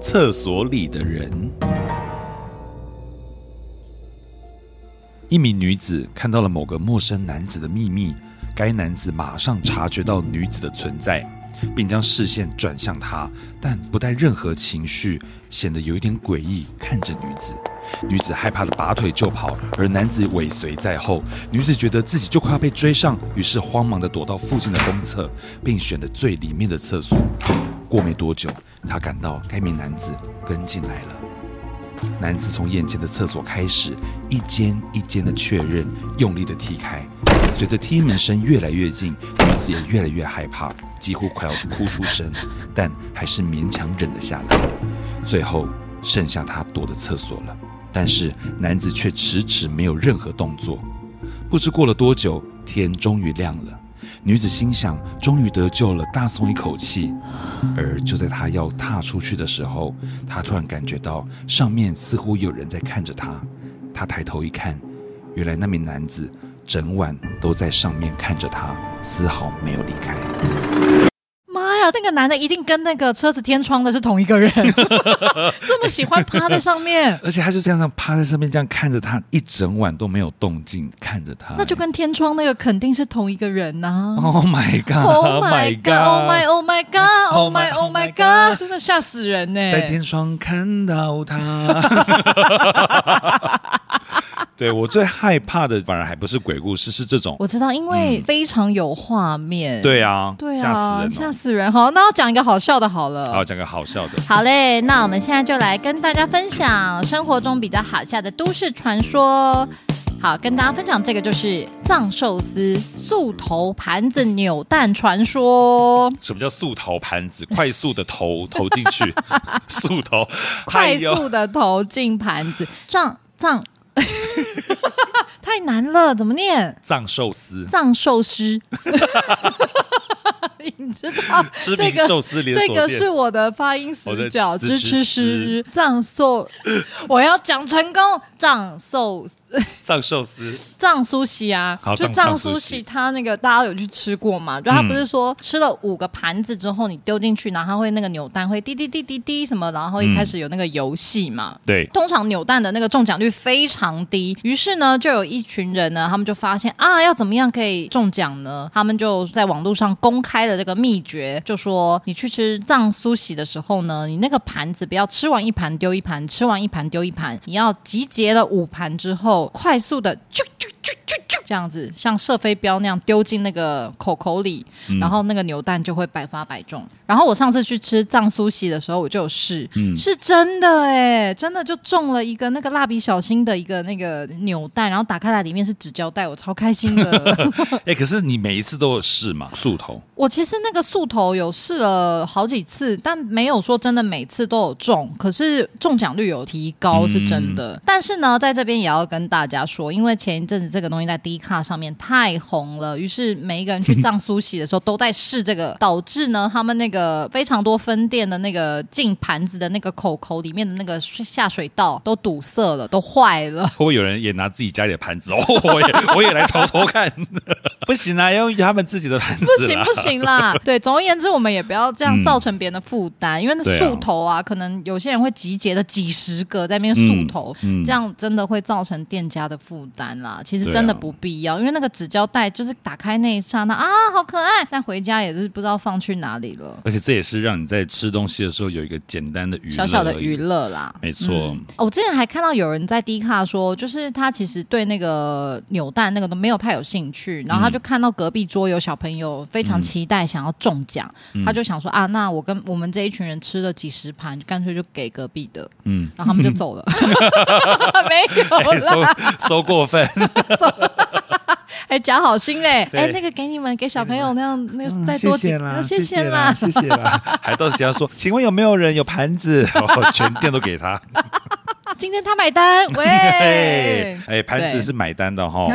Speaker 2: 厕所里的人。一名女子看到了某个陌生男子的秘密，该男子马上察觉到女子的存在，并将视线转向她，但不带任何情绪，显得有一点诡异，看着女子。女子害怕的拔腿就跑，而男子尾随在后。女子觉得自己就快要被追上，于是慌忙地躲到附近的公厕，并选了最里面的厕所。过没多久，她感到该名男子跟进来了。男子从眼前的厕所开始，一间一间的确认，用力的踢开。随着踢门声越来越近，女子也越来越害怕，几乎快要哭出声，但还是勉强忍了下来。最后剩下她躲的厕所了，但是男子却迟迟没有任何动作。不知过了多久，天终于亮了。女子心想，终于得救了，大松一口气。而就在她要踏出去的时候，她突然感觉到上面似乎有人在看着她。她抬头一看，原来那名男子整晚都在上面看着她，丝毫没有离开。
Speaker 4: 妈呀，那个男的一定跟那个车子天窗的是同一 个人，这么喜欢趴在上面，
Speaker 2: 而且他就这样这样趴在上面，这样看着她，一整晚都没有动静，看着她。
Speaker 4: 那就跟天窗那个肯定是同一个人呐、
Speaker 2: Oh my
Speaker 4: Oh
Speaker 2: God！Oh
Speaker 4: my god! Oh my oh my god! Oh my oh my god! 真的吓死人呢、
Speaker 2: 在天窗看到他。 对我最害怕的，反而还不是鬼故事，是这种。
Speaker 4: 我知道，因为非常有画面。
Speaker 2: 嗯对啊，
Speaker 4: 对
Speaker 2: 吓死
Speaker 4: 啊，
Speaker 2: 人、
Speaker 4: 吓
Speaker 2: 哦！
Speaker 4: 死人！好，那我讲一个好笑的好了。
Speaker 2: 好，讲个好笑的。
Speaker 4: 好嘞，那我们现在就来跟大家分享生活中比较好笑的都市传说。好，跟大家分享这个就是藏寿司素头盘子扭蛋 传说，
Speaker 2: 什么叫速投盘子？快速的 投投进去，速投，哎
Speaker 4: 快
Speaker 2: 呦
Speaker 4: 速的投进盘子，藏藏， 太难了，怎么念？
Speaker 2: 藏寿司，
Speaker 4: 藏寿司。 你知道
Speaker 2: 知
Speaker 4: 这
Speaker 2: 名
Speaker 4: 个
Speaker 2: 寿司连
Speaker 4: 这
Speaker 2: 锁
Speaker 4: 个
Speaker 2: 店
Speaker 4: 是。我的发音
Speaker 2: 我
Speaker 4: 死
Speaker 2: 的
Speaker 4: 角，
Speaker 2: 滋
Speaker 4: 支
Speaker 2: 吃
Speaker 4: 持
Speaker 2: 丝
Speaker 4: 师藏寿，我要讲成功，藏寿
Speaker 2: 藏寿司，
Speaker 4: 藏苏喜啊
Speaker 2: 好，
Speaker 4: 就
Speaker 2: 藏
Speaker 4: 藏
Speaker 2: 藏
Speaker 4: 苏
Speaker 2: 苏
Speaker 4: 喜，
Speaker 2: 喜
Speaker 4: 他那个大家有去吃过嘛？就他
Speaker 2: 嗯
Speaker 4: 不是说吃了五个盘子之后，你丢进去，然后它会那个扭蛋会滴滴滴滴滴什么，然后一开始有那个游戏嘛。
Speaker 2: 对，
Speaker 4: 通常扭蛋的那个中奖率非常低，于是呢，就有一群人呢，他们就发现啊，要怎么样可以中奖呢？他们就在网络上公开了这个秘诀，就说你去吃藏苏喜的时候呢，你那个盘子不要吃完一盘丢一盘，吃完一盘丢一盘，你要集结了五盘之后，快速的啾啾啾啾啾这样子，像射飞镖那样丢进那个口口里，然后那个扭蛋就会百发百中。然后我上次去吃藏苏喜的时候，我就有试，是真的哎，真的就中了一个那个蜡笔小新的一个那个扭蛋，然后打开来里面是纸胶带，我超开心的。
Speaker 2: 哎，可是你每一次都有试嘛？速投，
Speaker 4: 我其实那个素头有试了好几次，但没有说真的每次都有中，可是中奖率有提高是真的。但是呢，在这边也要跟大家说，因为前一阵子这个东西在 D 卡上面太红了，于是每一个人去藏苏洗的时候都在试这个，导致呢他们那个非常多分店的那个进盘子的那个口口里面的那个下水道都堵塞了，都坏了。
Speaker 2: 会不会有人也拿自己家里的盘子？哦，我也 我也来抽抽看，不行啊，要用他们自己的盘子
Speaker 4: 不行
Speaker 2: 啦。
Speaker 4: 不 行啦，对，总而言之，我们也不要这样
Speaker 2: 嗯
Speaker 4: 造成别人的负担，因为那
Speaker 2: 对啊
Speaker 4: 素头啊，可能有些人会集结的几十个在那边素头，
Speaker 2: 嗯嗯
Speaker 4: 这样真的会造成店家的负担啦。其实
Speaker 2: 对啊
Speaker 4: 真的不必要，因为那个纸胶带就是打开那一刹那啊，好可爱，但回家也是不知道放去哪里了，
Speaker 2: 而且这也是让你在吃东西的时候有一个简单的娱乐，
Speaker 4: 小小的娱，乐啦。
Speaker 2: 没错。
Speaker 4: 哦，我之前还看到有人在 D 卡说，就是他其实对那个扭蛋那个都没有太有兴趣，然
Speaker 2: 嗯
Speaker 4: 后他就看到隔壁桌有小朋友非常期待想要中奖，
Speaker 2: 嗯
Speaker 4: 他就想说啊，那我跟我们这一群人吃了几十盘，干脆就给隔壁的，嗯，然后他们就 走了，没有
Speaker 2: 哎
Speaker 4: 啦，
Speaker 2: 收收过分，
Speaker 4: 还假好心嘞！
Speaker 2: 对
Speaker 4: 哎，那个给你们给小朋友那样，那个
Speaker 2: 嗯
Speaker 4: 再
Speaker 2: 谢
Speaker 4: 多几
Speaker 2: 谢
Speaker 4: 个，
Speaker 2: 啦，
Speaker 4: 谢
Speaker 2: 谢
Speaker 4: 啦
Speaker 2: 啦，。 谢谢啦，还到底要说，请问有没有人有盘子？ 我全店都给 他。
Speaker 4: 啊今天他买单，
Speaker 2: 哎
Speaker 4: 喂，
Speaker 2: 哎，盘子是买单的哈。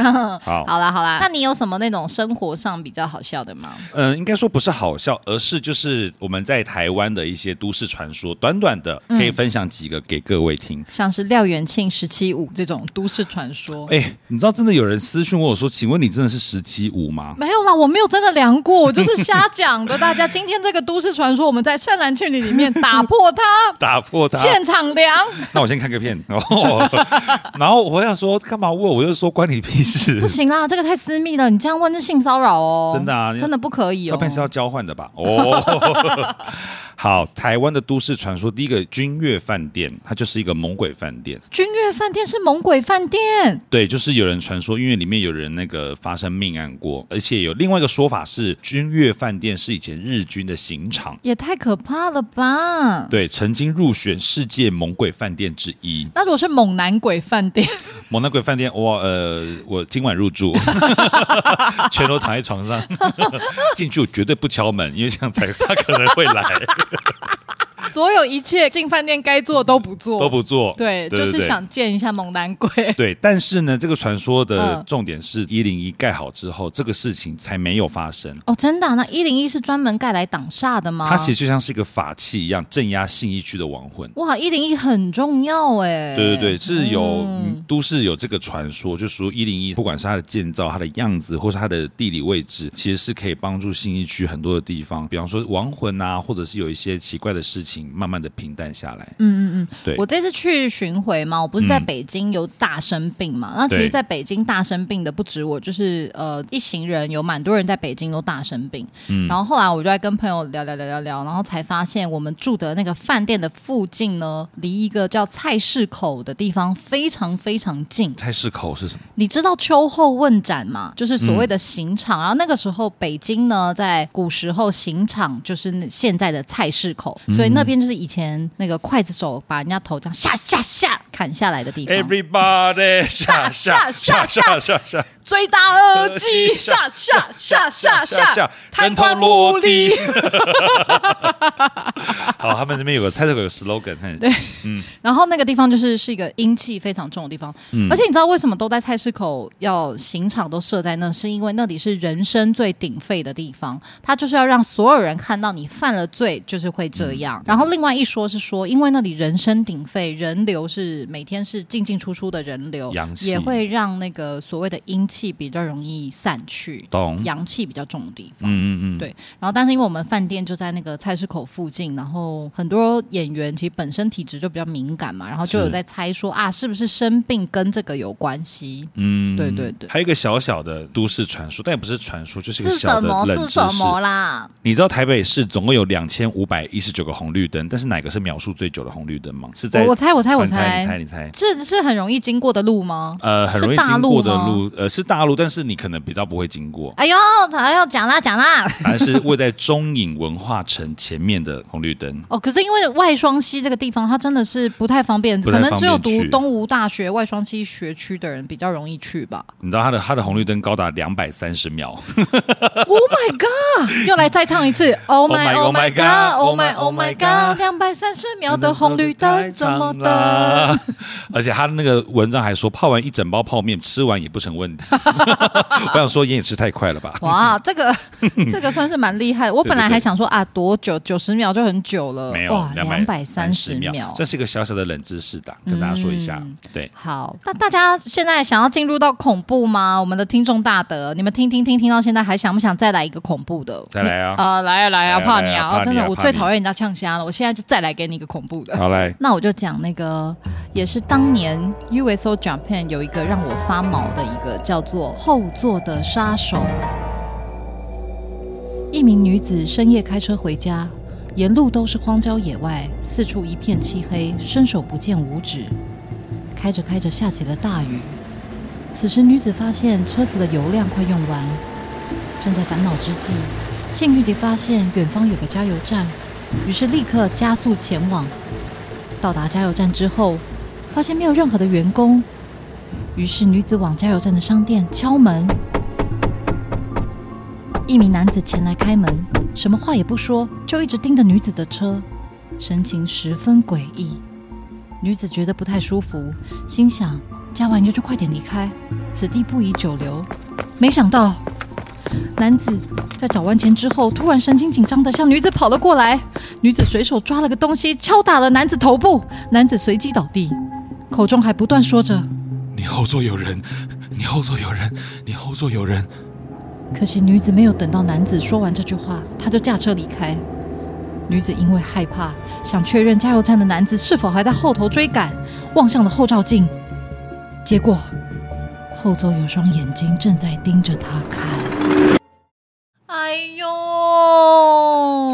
Speaker 2: 好，
Speaker 4: 好啦好啦，那你有什么那种生活上比较好笑的吗？
Speaker 2: 嗯，应该说不是好笑，而是就是我们在台湾的一些都市传说，短短的可以分享几个给各位听。
Speaker 4: 像是廖元庆十七五这种都市传说。
Speaker 2: 哎、你知道真的有人私讯问我说：“请问你真的是十七五吗
Speaker 4: 没有啦，我没有真的量过，我就是瞎讲的。大家今天这个都市传说，我们在《善男信女》里面打破它？”，
Speaker 2: 打破嗯他。
Speaker 4: 现场量。
Speaker 2: 那我先看个片，然后然后我想说干嘛问我，我就说关你屁事
Speaker 4: 不。行啊啦，这个太私密了，你这样问是性骚扰哦。
Speaker 2: 真的啊
Speaker 4: 真的不可以哦。
Speaker 2: 照片是要交换的吧？哦，好，台湾的都市传说，第一个君悦饭店，它就是一个猛鬼饭店。
Speaker 4: 君悦饭店是猛鬼饭店，
Speaker 2: 对，就是有人传说，因为里面有人那个发生命案过，而且有另外一个说法是，君悦饭店是以前日军的刑场，
Speaker 4: 也太可怕了吧？
Speaker 2: 对，曾经入选世界猛鬼饭店之一。
Speaker 4: 那如果是猛男鬼饭店，
Speaker 2: 猛男鬼饭店，我呃，我今晚入住， 全都躺在床上， 进去我绝对不敲门，因为这样才他可能会 来，
Speaker 4: 所有一切进饭店该做都不做，
Speaker 2: 都不做。
Speaker 4: 对，
Speaker 2: 对
Speaker 4: 就是。
Speaker 2: 对
Speaker 4: 想见一下猛男鬼。
Speaker 2: 对，但是呢，这个传说的
Speaker 4: 嗯
Speaker 2: 重点是一零一盖好之后，这个事情才没有发生。
Speaker 4: 哦，真的啊、那一零一是专门盖来挡煞的吗？
Speaker 2: 它其实就像是一个法器一样，镇压信义区的亡魂。
Speaker 4: 哇，一零一很重要哎。
Speaker 2: 对对对，是有、嗯都市有这个传说，就说一零一，不管是它的建造、它的样子，或是它的地理位置，其实是可以帮助信义区很多的地方，比方说亡魂啊，或者是有一些奇怪的事情，慢慢的平淡下来。嗯嗯嗯，对
Speaker 4: 我，这次去巡回嘛，我不是在
Speaker 2: 嗯
Speaker 4: 北京有大生病嘛？那其实
Speaker 2: 对
Speaker 4: 在北京大生病的不止我，就是呃一行人有蛮多人在北京都大生病。
Speaker 2: 嗯
Speaker 4: 然后后来我就在跟朋友聊聊聊聊聊，然后才发现我们住的那个饭店的附近呢，离一个叫菜市口的地方非常非常近。
Speaker 2: 菜市口是什么？
Speaker 4: 你知道秋后问斩吗？就是所
Speaker 2: 嗯
Speaker 4: 谓的刑场。然后那个时候北京呢，在古时候刑场就是那现在的菜市口，
Speaker 2: 嗯
Speaker 4: 所以那边就是以前那个刽子手把人家头这样下下下砍下来的地方。
Speaker 2: Everybody 下
Speaker 4: 下
Speaker 2: 下下
Speaker 4: 下下
Speaker 2: 下下下
Speaker 4: 最大恶极，
Speaker 2: 下
Speaker 4: 下下下
Speaker 2: 下
Speaker 4: 下下
Speaker 2: 下，，
Speaker 4: 贪
Speaker 2: 头
Speaker 4: 官
Speaker 2: 落
Speaker 4: 污
Speaker 2: 地
Speaker 4: 吏。。
Speaker 2: 好，他们这边有个菜市口有个 slogan，嘿
Speaker 4: 对，然后那个地方就是是一个阴气非常重的地方，
Speaker 2: 嗯
Speaker 4: 而且你知道为什么都在菜市口要刑场都设在那，是因为那里是人生最鼎沸的地方，它就是要让所有人看到你犯了罪就是会这
Speaker 2: 嗯
Speaker 4: 样。然后另外一说是说，因为那里人声鼎沸，人流是每天是进进出出的人流
Speaker 2: 阳，气
Speaker 4: 也会让那个所谓的阴气比较容易散去，
Speaker 2: 懂
Speaker 4: 阳气比较重的地方。
Speaker 2: 嗯嗯嗯，
Speaker 4: 对，然后但是因为我们饭店就在那个菜市口附近，然后很多演员其实本身体质就比较敏感嘛，然后就有
Speaker 2: 是
Speaker 4: 在猜说啊，是不是生病跟这个有关系？
Speaker 2: 嗯
Speaker 4: 对对对
Speaker 2: 还有一个小小的都市传说，但也不是传说，就是一个
Speaker 4: 是
Speaker 2: 小
Speaker 4: 什
Speaker 2: 的
Speaker 4: 么？
Speaker 2: 冷
Speaker 4: 是
Speaker 2: 知
Speaker 4: 什
Speaker 2: 识。
Speaker 4: 么啦？
Speaker 2: 你知道台北市总共有两千五百一十九个红绿灯，但是哪个是秒数最久的红绿灯吗？是在
Speaker 4: 我我猜我猜
Speaker 2: 啊
Speaker 4: 我
Speaker 2: 你猜你
Speaker 4: 猜
Speaker 2: 猜你猜，
Speaker 4: 这是很容易经过的路吗？
Speaker 2: 呃，很
Speaker 4: 是
Speaker 2: 容易
Speaker 4: 大
Speaker 2: 经
Speaker 4: 陆
Speaker 2: 过的
Speaker 4: 吗。
Speaker 2: 路，呃，是大陆，但是你可能比较不会经过
Speaker 4: 哎呦，哎呦，讲啦讲啦！
Speaker 2: 还是位在中影文化城前面的红绿灯，
Speaker 4: 哦，可是因为外双溪这个地方，它真的是不太方便，
Speaker 2: 不
Speaker 4: 可
Speaker 2: 太
Speaker 4: 能
Speaker 2: 方
Speaker 4: 只有
Speaker 2: 便
Speaker 4: 读
Speaker 2: 去
Speaker 4: 东吴大学外双溪学区的人比较容易去吧。
Speaker 2: 你知道它的它的红绿灯高达两百三十秒，
Speaker 4: Oh my god！又来 再唱一次。Oh
Speaker 2: Oh
Speaker 4: my
Speaker 2: my,
Speaker 4: oh my
Speaker 2: oh my god,
Speaker 4: god！Oh my oh my
Speaker 2: oh my god
Speaker 4: god！两百三十秒的红绿灯怎么的？？
Speaker 2: 而且他那个文章还说，泡完一整包泡面，吃完也不成问题。 我想说，盐也吃太快了吧？
Speaker 4: 哇，这个 这个算是蛮厉害的。我本来还想说啊，多久？九十秒就很久了。
Speaker 2: 没有
Speaker 4: 哇，，两
Speaker 2: 两
Speaker 4: 百三十
Speaker 2: 秒
Speaker 4: 秒，嗯
Speaker 2: 这。是一个小小的冷知识的，跟大家说一下。对，
Speaker 4: 好，那大家现在想要进入到恐怖吗？我们的听众大德，你们听听听听到现在，还想不想再来一个恐怖的？
Speaker 2: 再来啊
Speaker 4: 你呃，来啊来啊，
Speaker 2: 来啊
Speaker 4: 怕你
Speaker 2: 来啊
Speaker 4: 啊！
Speaker 2: 怕
Speaker 4: 哦
Speaker 2: 你
Speaker 4: 真的，
Speaker 2: 啊
Speaker 4: 我
Speaker 2: 怕
Speaker 4: 最
Speaker 2: 你
Speaker 4: 讨厌人家呛瞎了，我现在就再来给你一个恐怖 的。
Speaker 2: 好来，
Speaker 4: 那我就讲那个，也是当年 USO Japan 有一个让我发毛的一个叫做《后座的杀手》。一名女子深夜开车回家，沿路都是荒郊野外，四处一片漆黑，伸手不见五指。开着开着下起了大雨，此时女子发现车子的油量快用完，正在烦恼之际，幸运地发现远方有个加油站，于是立刻加速前往。到达加油站之后，发现没有任何的员工，于是女子往加油站的商店敲门，一名男子前来开门，什么话也不说，就一直盯着女子的车，神情十分诡异。女子觉得不太舒服，心想加完油就快点离开，此地不宜久留。没想到，男子在找完钱之后，突然神情紧张地向女子跑了过来。女子随手抓了个东西，敲打了男子头部，男子随即倒地，口中还不断说着。
Speaker 2: 你后座有人，你后座有人，你后座有人。
Speaker 4: 可惜女子没有等到男子说完这句话，她就驾车离开。女子因为害怕，想确认加油站的男子是否还在后头追赶，望向了后照镜，结果后座有双眼睛正在盯着她看。哎呦！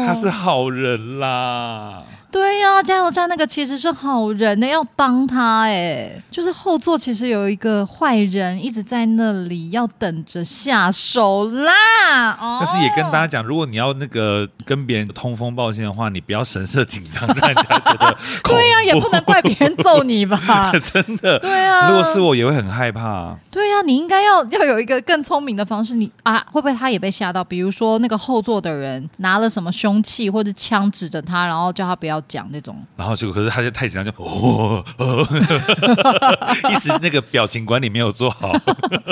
Speaker 2: 他是好人啦，
Speaker 4: 对呀、加油站那个其实是好人呢、要帮他哎，就是后座其实有一个坏人一直在那里，要等着下手啦。哦、
Speaker 2: 但是也跟大家讲，如果你要那个跟别人通风报信的话，你不要神色紧张，让人家觉 得恐
Speaker 4: 对呀、啊也不
Speaker 2: 怖？
Speaker 4: 能怪别人揍你吧
Speaker 2: 真的。
Speaker 4: 对啊
Speaker 2: 如果是我也会很害怕。
Speaker 4: 对呀、你应该要要有一个更聪明的方式。你啊，会不会他也被吓到？比如说那个后座的人拿了什么凶器或者枪指着他，然后叫他不要讲那种。
Speaker 2: 然后结果可是他就太紧张，就哦，哦一时那个表情管理没有做好。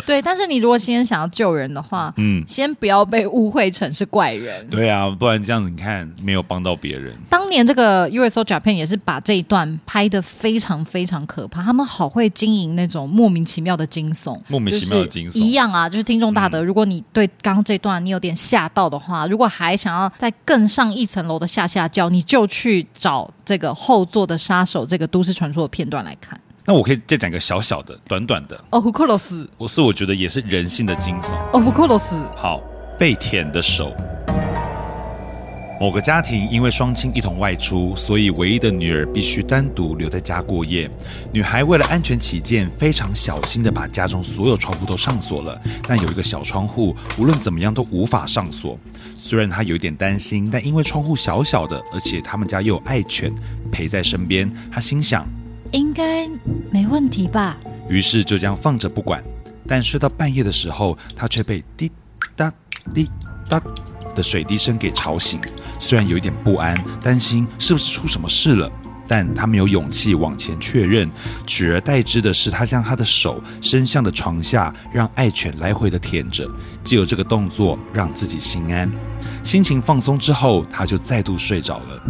Speaker 4: 对，但是你如果先想要救人的话，
Speaker 2: 嗯，
Speaker 4: 先不要被误会成是怪人。
Speaker 2: 对啊，不然这样子你看没有帮到别人。
Speaker 4: 当年这个 USO Japan 也是把这一段拍的非常非常可怕，他们好会经营那种莫名其妙的惊悚，
Speaker 2: 莫名其妙的惊悚嗯
Speaker 4: 就是一样啊，就是听众大德，如果你对刚刚这段你有点吓到的话，如果还想要再更上一层楼的下下教，你就去找这个后座的杀手这个都市传说的片段来看。
Speaker 2: 那我可以再讲一个小小的、短短的，
Speaker 4: 哦，胡克罗斯，
Speaker 2: 我是我觉得也是人性的惊悚。
Speaker 4: 哦，胡克罗斯，
Speaker 2: 好，被舔的手。某个家庭因为双亲一同外出，所以唯一的女儿必须单独留在家过夜。女孩为了安全起见，非常小心地把家中所有窗户都上锁了，但有一个小窗户，无论怎么样都无法上锁。虽然她有一点担心，但因为窗户小小的，而且他们家又有爱犬陪在身边，她心想，
Speaker 4: 应该没问题吧？
Speaker 2: 于是就这样放着不管。但睡到半夜的时候，他却被滴答滴答的水滴声给吵醒。虽然有一点不安，担心是不是出什么事了，但他没有勇气往前确认。取而代之的是，他将他的手伸向了床下，让爱犬来回的舔着，借由这个动作让自己心安。心情放松之后，他就再度睡着了。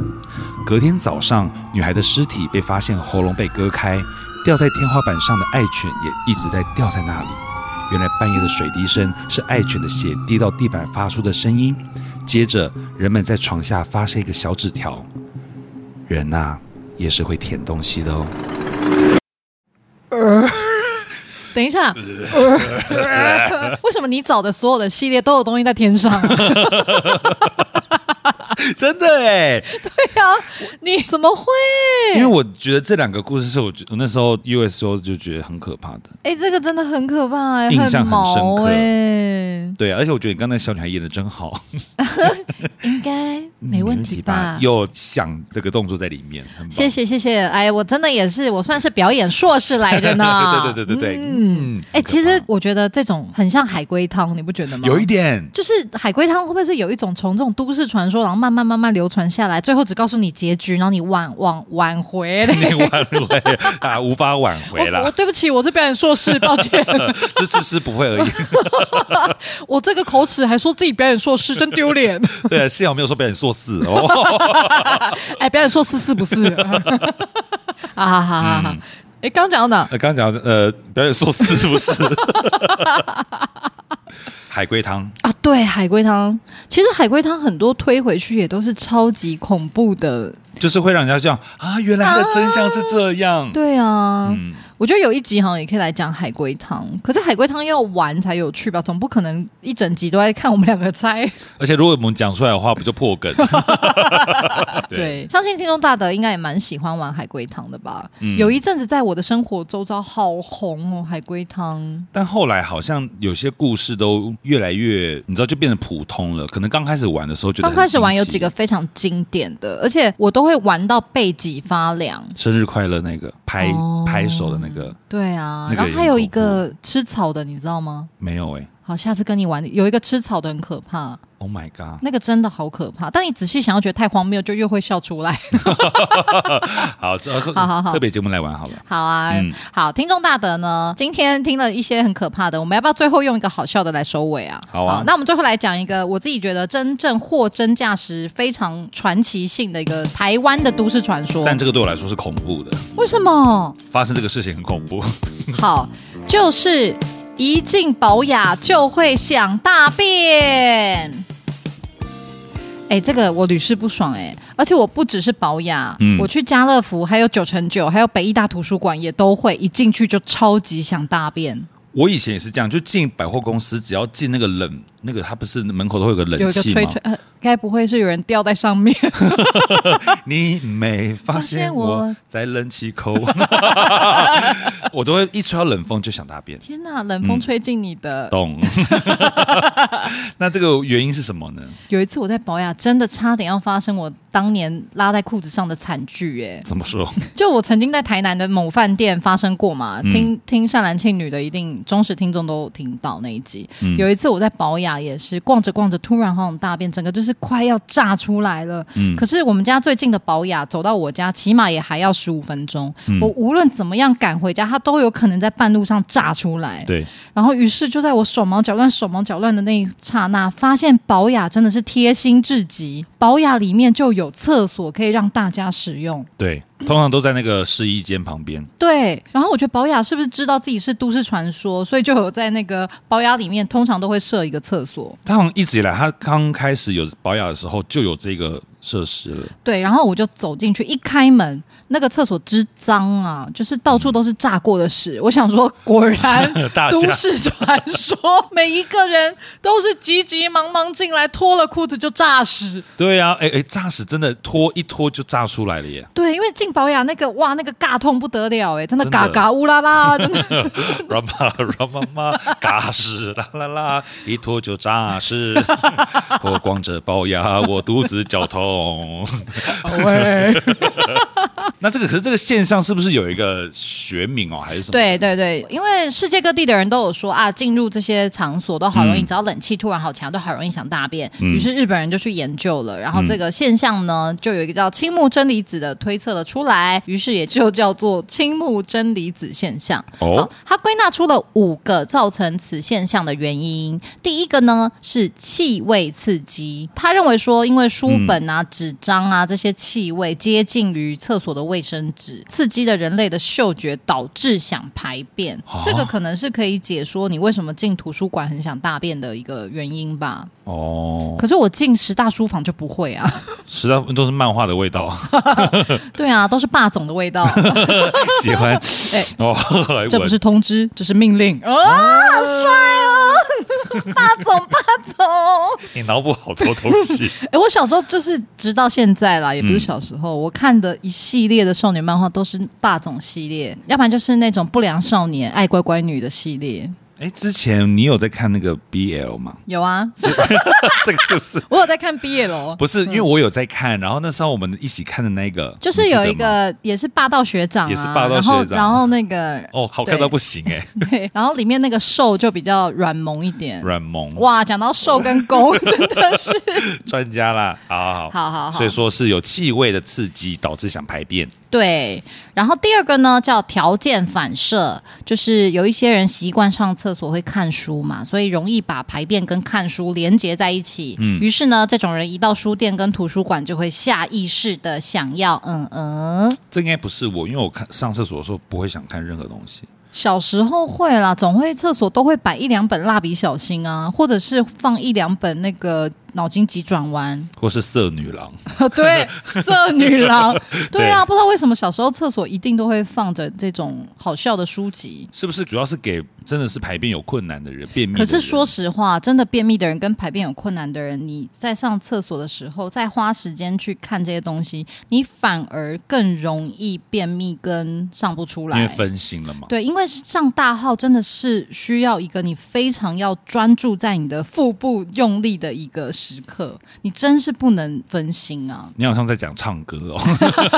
Speaker 2: 隔天早上，女孩的尸体被发现喉咙被割开，吊在天花板上的爱犬也一直在吊在那里。原来半夜的水滴声是爱犬的血滴到地板发出的声音。接着，人们在床下发现一个小纸条：“人呐、也是会舔东西的哦。
Speaker 4: 等一 下，呃为什么你找的所有的系列都有东西在天上啊、”
Speaker 2: 真的哎，
Speaker 4: 对啊，你怎么会？
Speaker 2: 因为我觉得这两个故事是我觉我那时候 USO 就觉得很可怕的。
Speaker 4: 哎、这个真的很可怕、欸，
Speaker 2: 印象很深
Speaker 4: 毛
Speaker 2: 刻
Speaker 4: 哎、
Speaker 2: 对啊，而且我觉得你刚才小女孩演的真好，
Speaker 4: 应该没问题吧？
Speaker 2: 有想这个动作在里面，很棒。
Speaker 4: 谢谢谢谢，哎，我真的也是，我算是表演硕士来着呢。
Speaker 2: 对对对对对，
Speaker 4: 嗯，
Speaker 2: 嗯，
Speaker 4: 哎、其实我觉得这种很像海龟汤，你不觉得吗？
Speaker 2: 有一。点，
Speaker 4: 就是海龟汤会不会是有一种从这种都市传说，然后慢慢慢慢流传下来，最后只告诉你结局，然后你挽挽挽回嘞？
Speaker 2: 你挽回啊，无法挽回
Speaker 4: 我我
Speaker 2: 啦，
Speaker 4: 对不起，我是表演硕士，抱 歉，
Speaker 2: 这只是不会而已。
Speaker 4: 我这个口齿还说自己表演硕士，真丢脸。
Speaker 2: 对，幸好没有说被人说死哦。
Speaker 4: 哎，表演硕士是不是？啊哈哈哈哈！哎，刚讲到哪？
Speaker 2: 呃刚刚讲呃，表演说死是不是？海龟汤，
Speaker 4: 啊，对，海龟汤。其实海龟汤很多推回去也都是超级恐怖的。
Speaker 2: 就是会让人家这样啊，原来它的真相是这样。
Speaker 4: 对啊，我觉得有一集好像也可以来讲海龟汤。可是海龟汤要玩才有趣吧，总不可能一整集都在看我们两个猜。
Speaker 2: 而且如果我们讲出来的话，不就破梗？
Speaker 4: 对，相信听众大德应该也蛮喜欢玩海龟汤的吧？有一阵子在我的生活周遭好红哦，海龟汤。
Speaker 2: 但后来好像有些故事都越来越，你知道，就变得普通了。可能刚开始玩的时候觉得
Speaker 4: 刚
Speaker 2: 很
Speaker 4: 开始玩
Speaker 2: 新奇
Speaker 4: 有几个非常经典的，而且我都会玩到背脊发凉。
Speaker 2: 生日快乐那个拍、
Speaker 4: 哦
Speaker 2: 拍手的那个
Speaker 4: 对啊，
Speaker 2: 那个
Speaker 4: 然后
Speaker 2: 也
Speaker 4: 还有
Speaker 2: 很
Speaker 4: 一
Speaker 2: 恐怖
Speaker 4: 个吃草的，你知道吗？
Speaker 2: 没有哎、
Speaker 4: 好，下次跟你玩，有一个吃草的很可怕，
Speaker 2: o h my god！
Speaker 4: 那个真的好可怕。但你仔细想，要觉得太荒谬，就又会笑出来。
Speaker 2: 好，这
Speaker 4: 好好好
Speaker 2: 特别节目来玩好了。
Speaker 4: 好啊，
Speaker 2: 嗯
Speaker 4: 好，听众大德呢，今天听了一些很可怕的，我们要不要最后用一个好笑的来收尾啊？
Speaker 2: 好啊
Speaker 4: 那我们最后来讲一个我自己觉得真正货真价实、非常传奇性的一个台湾的都市传说。
Speaker 2: 但这个对我来说是恐怖的，
Speaker 4: 为什么？
Speaker 2: 发生这个事情很恐怖。
Speaker 4: 好，就是一进保雅就会想大便。哎、这个我屡试不爽哎、而且我不只是保雅，
Speaker 2: 嗯
Speaker 4: 我去家乐福，还有九成九，还有北艺大图书馆也都会，一进去就超级想大便，
Speaker 2: 我以前也是这样，就进百货公司，只要进那个冷，那个它不是门口都会有个
Speaker 4: 有
Speaker 2: 冷
Speaker 4: 一个
Speaker 2: 气
Speaker 4: 吹
Speaker 2: 吗
Speaker 4: 吹？，呃，该不会是有人掉在 上面？
Speaker 2: 你没发现我在冷气口？ 我都会一吹到冷风就想大便，
Speaker 4: 天哪，冷
Speaker 2: 嗯
Speaker 4: 风吹进你的。
Speaker 2: 懂？ 那这个原因是什么呢？
Speaker 4: 有一次我在保雅，真的差点要发生我当年拉在裤子上的惨剧哎、
Speaker 2: 怎么说？
Speaker 4: 就我曾经在台南的某饭店发生过嘛，听听善男信女的一定忠实听众都听到那一集。有一次我在保雅也是逛着逛着，突然好想大便，整个就是快要炸出来了。可是我们家最近的保雅走到我家，起码也还要十五分钟。我无论怎么样赶回家，它都有可能在半路上炸出来。
Speaker 2: 对，
Speaker 4: 然后，于是就在我手忙脚乱、手忙脚乱的那一刹那，发现宝雅真的是贴心至极。宝雅里面就有厕所可以让大家使用。
Speaker 2: 对，通常都在那个试衣间旁边。
Speaker 4: 对，然后我觉得宝雅是不是知道自己是都市传说，所以就有在那个宝雅里面，通常都会设一个厕所。
Speaker 2: 他好像一直以来，他刚开始有保养的时候就有这个设施了。
Speaker 4: 对，然后我就走进去，一开门，那个厕所之脏啊，就是到处都是炸过的屎。我想说，果然
Speaker 2: 大家
Speaker 4: 都市传说，每一个人都是急急忙忙进来，脱了裤子就炸屎。
Speaker 2: 对呀、啊，哎哎，炸屎真的拖一拖就炸出来了耶
Speaker 4: 对，因为进保雅那个哇，那个尬痛不得了哎，真的
Speaker 2: 真的
Speaker 4: 嘎嘎乌拉拉，真的
Speaker 2: r 妈 m 妈妈， 嘎屎啦啦啦，一拖就炸 屎。我光着龅牙，我肚子绞痛。
Speaker 4: 喂。
Speaker 2: 那这个可是这个现象是不是有一个学名哦，还是什么？
Speaker 4: 对对对，因为世界各地的人都有说啊，进入这些场所都好
Speaker 2: 嗯
Speaker 4: 容易，只要冷气突然好强，都好容易想大便。于是日本人就去研究了，然后这个现象
Speaker 2: 嗯
Speaker 4: 呢，就有一个叫青木真离子的推测了出来，于是也就叫做青木真离子现象。
Speaker 2: 哦
Speaker 4: 好，它归纳出了五个造成此现象的原因。第一个呢是气味刺激，他认为说，因为书本啊、纸张啊这些气味接近于厕所的卫生纸，刺激了人类的嗅觉，导致想排便。这个可能是可以解说你为什么进图书馆很想大便的一个原因吧。
Speaker 2: 哦，
Speaker 4: 可是我进十大书房就不会啊，
Speaker 2: 实在都是漫画的味道，
Speaker 4: 对啊，都是霸总的味道。
Speaker 2: 喜欢。
Speaker 4: 哎
Speaker 2: 哦，来
Speaker 4: 这不
Speaker 2: 闻
Speaker 4: 是通知，这是命令啊！好帅哦，霸总霸总。
Speaker 2: 你脑补好多东西。
Speaker 4: 哎、我小时候就是直到现在啦，也不是
Speaker 2: 嗯
Speaker 4: 小时候，我看的一系列的少女漫画都是霸总系列，要不然就是那种不良少年爱乖乖女的系列。
Speaker 2: 哎，之前你有在看那个 BL 吗？
Speaker 4: 有啊，
Speaker 2: 这个是不是？
Speaker 4: 我有在看 BL，
Speaker 2: 不是，因为我有在看，然后那时候我们一起看的那个，
Speaker 4: 就是
Speaker 2: 你记得
Speaker 4: 有一
Speaker 2: 吗
Speaker 4: 个也是霸道学长、啊，
Speaker 2: 也是霸道学长
Speaker 4: 然后然后那个
Speaker 2: 哦，好看到不行哎、
Speaker 4: 对，然后里面那个瘦就比较软萌一点。
Speaker 2: 软萌
Speaker 4: 哇，讲到瘦 跟攻，真的是
Speaker 2: 专家啦，好好
Speaker 4: 好好好
Speaker 2: 所以说是有气味的刺激导致想排便，
Speaker 4: 对，然后第二个呢叫条件反射，就是有一些人习惯上厕所会看书嘛，所以容易把排便跟看书连结在一起。于是呢，这种人一到书店跟图书馆就会下意识的想要嗯嗯。
Speaker 2: 这应该不是我，因为我看上厕所的时候不会想看任何东西，
Speaker 4: 小时候会啦，总会厕所都会摆一两本蜡笔小新啊，或者是放一两本那个脑筋急转弯。
Speaker 2: 或是色女郎，
Speaker 4: 对，色女郎。对啊，
Speaker 2: 对
Speaker 4: 不知道为什么小时候厕所一定都会放着这种好笑的书籍。
Speaker 2: 是不是主要是给真的是排便有困难的人便秘的
Speaker 4: 可
Speaker 2: 人？
Speaker 4: 是说实话，真的便秘的人跟排便有困难的人，你在上厕所的时候，再花时间去看这些东西，你反而更容易便秘跟上不出
Speaker 2: 因为
Speaker 4: 来。
Speaker 2: 分心了嘛，
Speaker 4: 对，因为上大号真的是需要一个你非常要专注在你的腹部用力的一个时刻，你真是不能分 心啊！
Speaker 2: 你好像在讲唱歌 哦，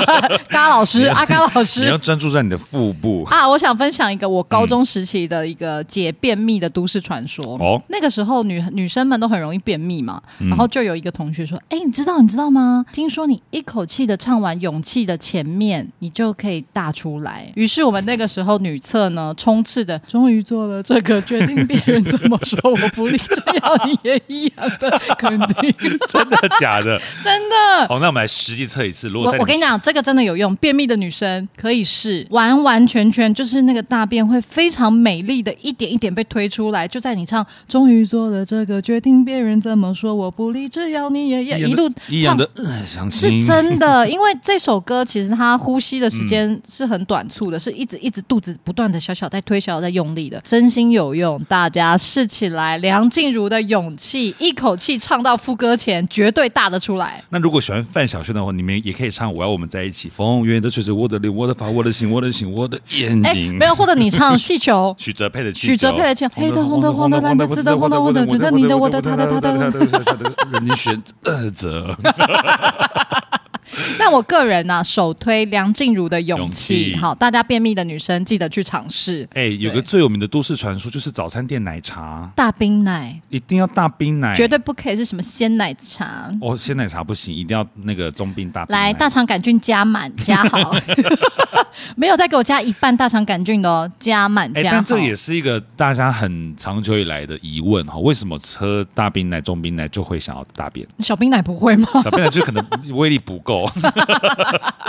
Speaker 4: 嘎老师，阿嘎老
Speaker 2: 你要
Speaker 4: 师。
Speaker 2: 专注在你的腹部。
Speaker 4: 啊，我想分享一个我高中时期的一个解便秘的都市传说。
Speaker 2: 哦
Speaker 4: 那个时候女女生们都很容易便秘嘛，然后就有一个同学说：“哎、你知道你知道吗？听说你一口气的唱完《勇气》的前面，你就可以大出来。”于是我们那个时候女厕呢，充斥的终于做了这个决定，别人怎么说我不理，只要你也一样的肯定，
Speaker 2: 真的假 的？
Speaker 4: 真的。
Speaker 2: 好，那我们来实际测一次。如果
Speaker 4: 我
Speaker 2: 在
Speaker 4: 我跟你讲，这个真的有用。便秘的女生可以试，完完全全就是那个大便会非常美丽的一点一点被推出来，就在你唱“终于做了这个决定，别人怎么说我不理，只要你也也
Speaker 2: 一样的
Speaker 4: 一路
Speaker 2: 一样
Speaker 4: 唱
Speaker 2: 的，呃伤心
Speaker 4: 是真的，因为这首歌其实它呼吸的时间
Speaker 2: 嗯
Speaker 4: 是很短促的，是一直一直肚子不断的小小在推，小小在用力的，真心有用，大家试起来。梁静茹的勇气，一口气唱到副歌前，绝对大得出来。
Speaker 2: 那如果喜欢范晓萱的话，你们也可以唱《我要我们在一起》。风远的吹着我的脸，我的发，我的心，我的心，我的眼
Speaker 4: 哎，
Speaker 2: 睛。
Speaker 4: 没有，或者你唱气球。
Speaker 2: 许哲佩的气球哦哎
Speaker 4: 许哲佩的气黑的、红的、黄的、蓝的、紫的、红的、我的、紫的、你的、我的、他的、他的。
Speaker 2: 任你选择。
Speaker 4: 但我个人呢、首推梁静茹的勇
Speaker 2: 勇
Speaker 4: 气。
Speaker 2: 气
Speaker 4: 好，大家便秘的女生记得去尝试。
Speaker 2: 哎，有个最有名的都市传说就是早餐店奶茶
Speaker 4: 大冰奶
Speaker 2: 一定要大冰奶，
Speaker 4: 绝对不可以是什么鲜奶茶。
Speaker 2: 哎哦，鲜奶茶不行，一定要那个中冰大冰奶
Speaker 4: 来，大肠杆菌加满加 好，没有再给我加一半大肠杆菌的哦，加满
Speaker 2: 哎，
Speaker 4: 加好。
Speaker 2: 但这也是一个大家很长久以来的疑问哈，为什么喝大冰奶、中冰奶就会想要大便？
Speaker 4: 小冰奶不会吗？
Speaker 2: 小冰奶就可能威力不够，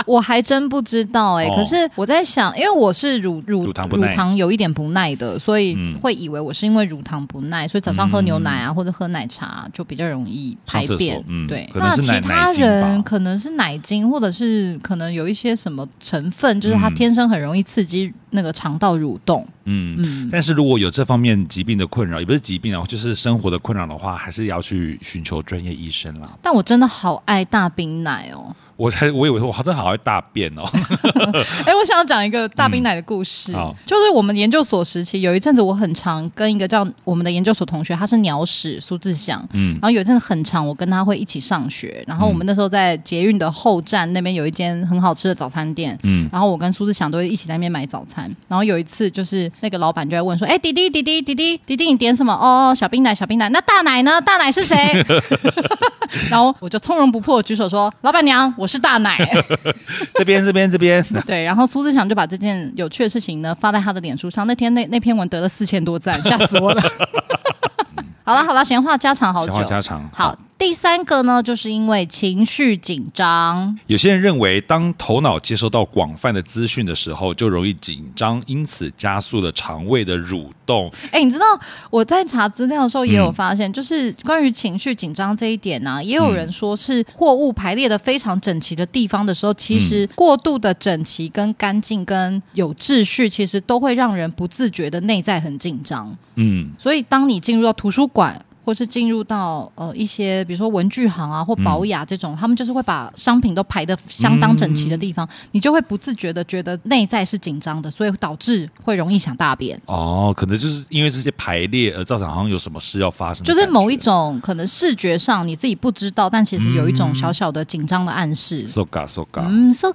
Speaker 4: 我还真不知道哎、
Speaker 2: 哦
Speaker 4: 可是我在想，因为我是乳乳
Speaker 2: 乳糖不耐嗯
Speaker 4: 有一点不耐的，所以会以为我是因为乳糖不耐，所以早上喝牛奶啊、或者喝奶茶就比较容易排
Speaker 2: 上厕
Speaker 4: 便
Speaker 2: 所。嗯
Speaker 4: 对，
Speaker 2: 可能是
Speaker 4: 那
Speaker 2: 奶
Speaker 4: 其他
Speaker 2: 奶精
Speaker 4: 人
Speaker 2: 吧
Speaker 4: 可能是奶精，或者是可能有一些什么成分，就是它
Speaker 2: 嗯
Speaker 4: 天生很容易刺激那个肠道蠕动。
Speaker 2: 嗯，但是如果有这方面疾病的困扰，也不是疾病啊，就是生活的困扰的话，还是要去寻求专业医生啦。
Speaker 4: 但我真的好爱大冰奶哦。
Speaker 2: 我才我以为我真的好爱大便哦，
Speaker 4: 哎、我想要讲一个大冰奶的故
Speaker 2: 嗯
Speaker 4: 事，
Speaker 2: 好
Speaker 4: 就是我们研究所时期有一阵子，我很常跟一个叫我们的研究所同学，他是鸟屎苏志祥，嗯，然后有一阵子很长，我跟他会一起上学，然后我们那时候在捷运的后站那边有一间很好吃的早餐店，嗯，然后我跟苏志祥都会一起在那边买早餐，然后有一次就是那个老板就在问说，哎、弟弟弟弟弟弟弟弟，你点什么？哦，小冰奶小冰奶，那大奶呢？大奶是谁？ 然后我就从容不迫举手说，老板娘，我是大奶。
Speaker 2: 这边这边这 边，
Speaker 4: 对，然后苏志祥就把这件有趣的事情呢发在他的脸书上。那天那那篇文得了四千多赞，吓死 我了。好了好了，闲话家常好久，
Speaker 2: 闲话家常
Speaker 4: 好
Speaker 2: 好。
Speaker 4: 第三个呢，就是因为情绪紧张，
Speaker 2: 有些人认为，当头脑接收到广泛的资讯的时候，就容易紧张，因此加速了肠胃的蠕动。
Speaker 4: 哎、你知道我在查资料的时候也有发现，就是关于情绪紧张这一点呢、也有人说是货物排列的非常整齐的地方的时候，其实过度的整齐、跟干净、跟有秩序，其实都会让人不自觉的内在很紧张。
Speaker 2: 嗯，
Speaker 4: 所以当你进入到图书馆。或是进入到呃一些，比如说文具行啊或保雅这种，他们就是会把商品都排的相当整齐的地方，你就会不自觉的觉得内在是紧张的，所以导致会容易想大便。
Speaker 2: 哦，可能就是因为这些排列而造成好像有什么事要发生的
Speaker 4: 就
Speaker 2: 感觉，
Speaker 4: 是某一种可能视觉上你自己不知道，但其实有一种小小的紧张的暗示。
Speaker 2: so ga so ga
Speaker 4: 嗯，so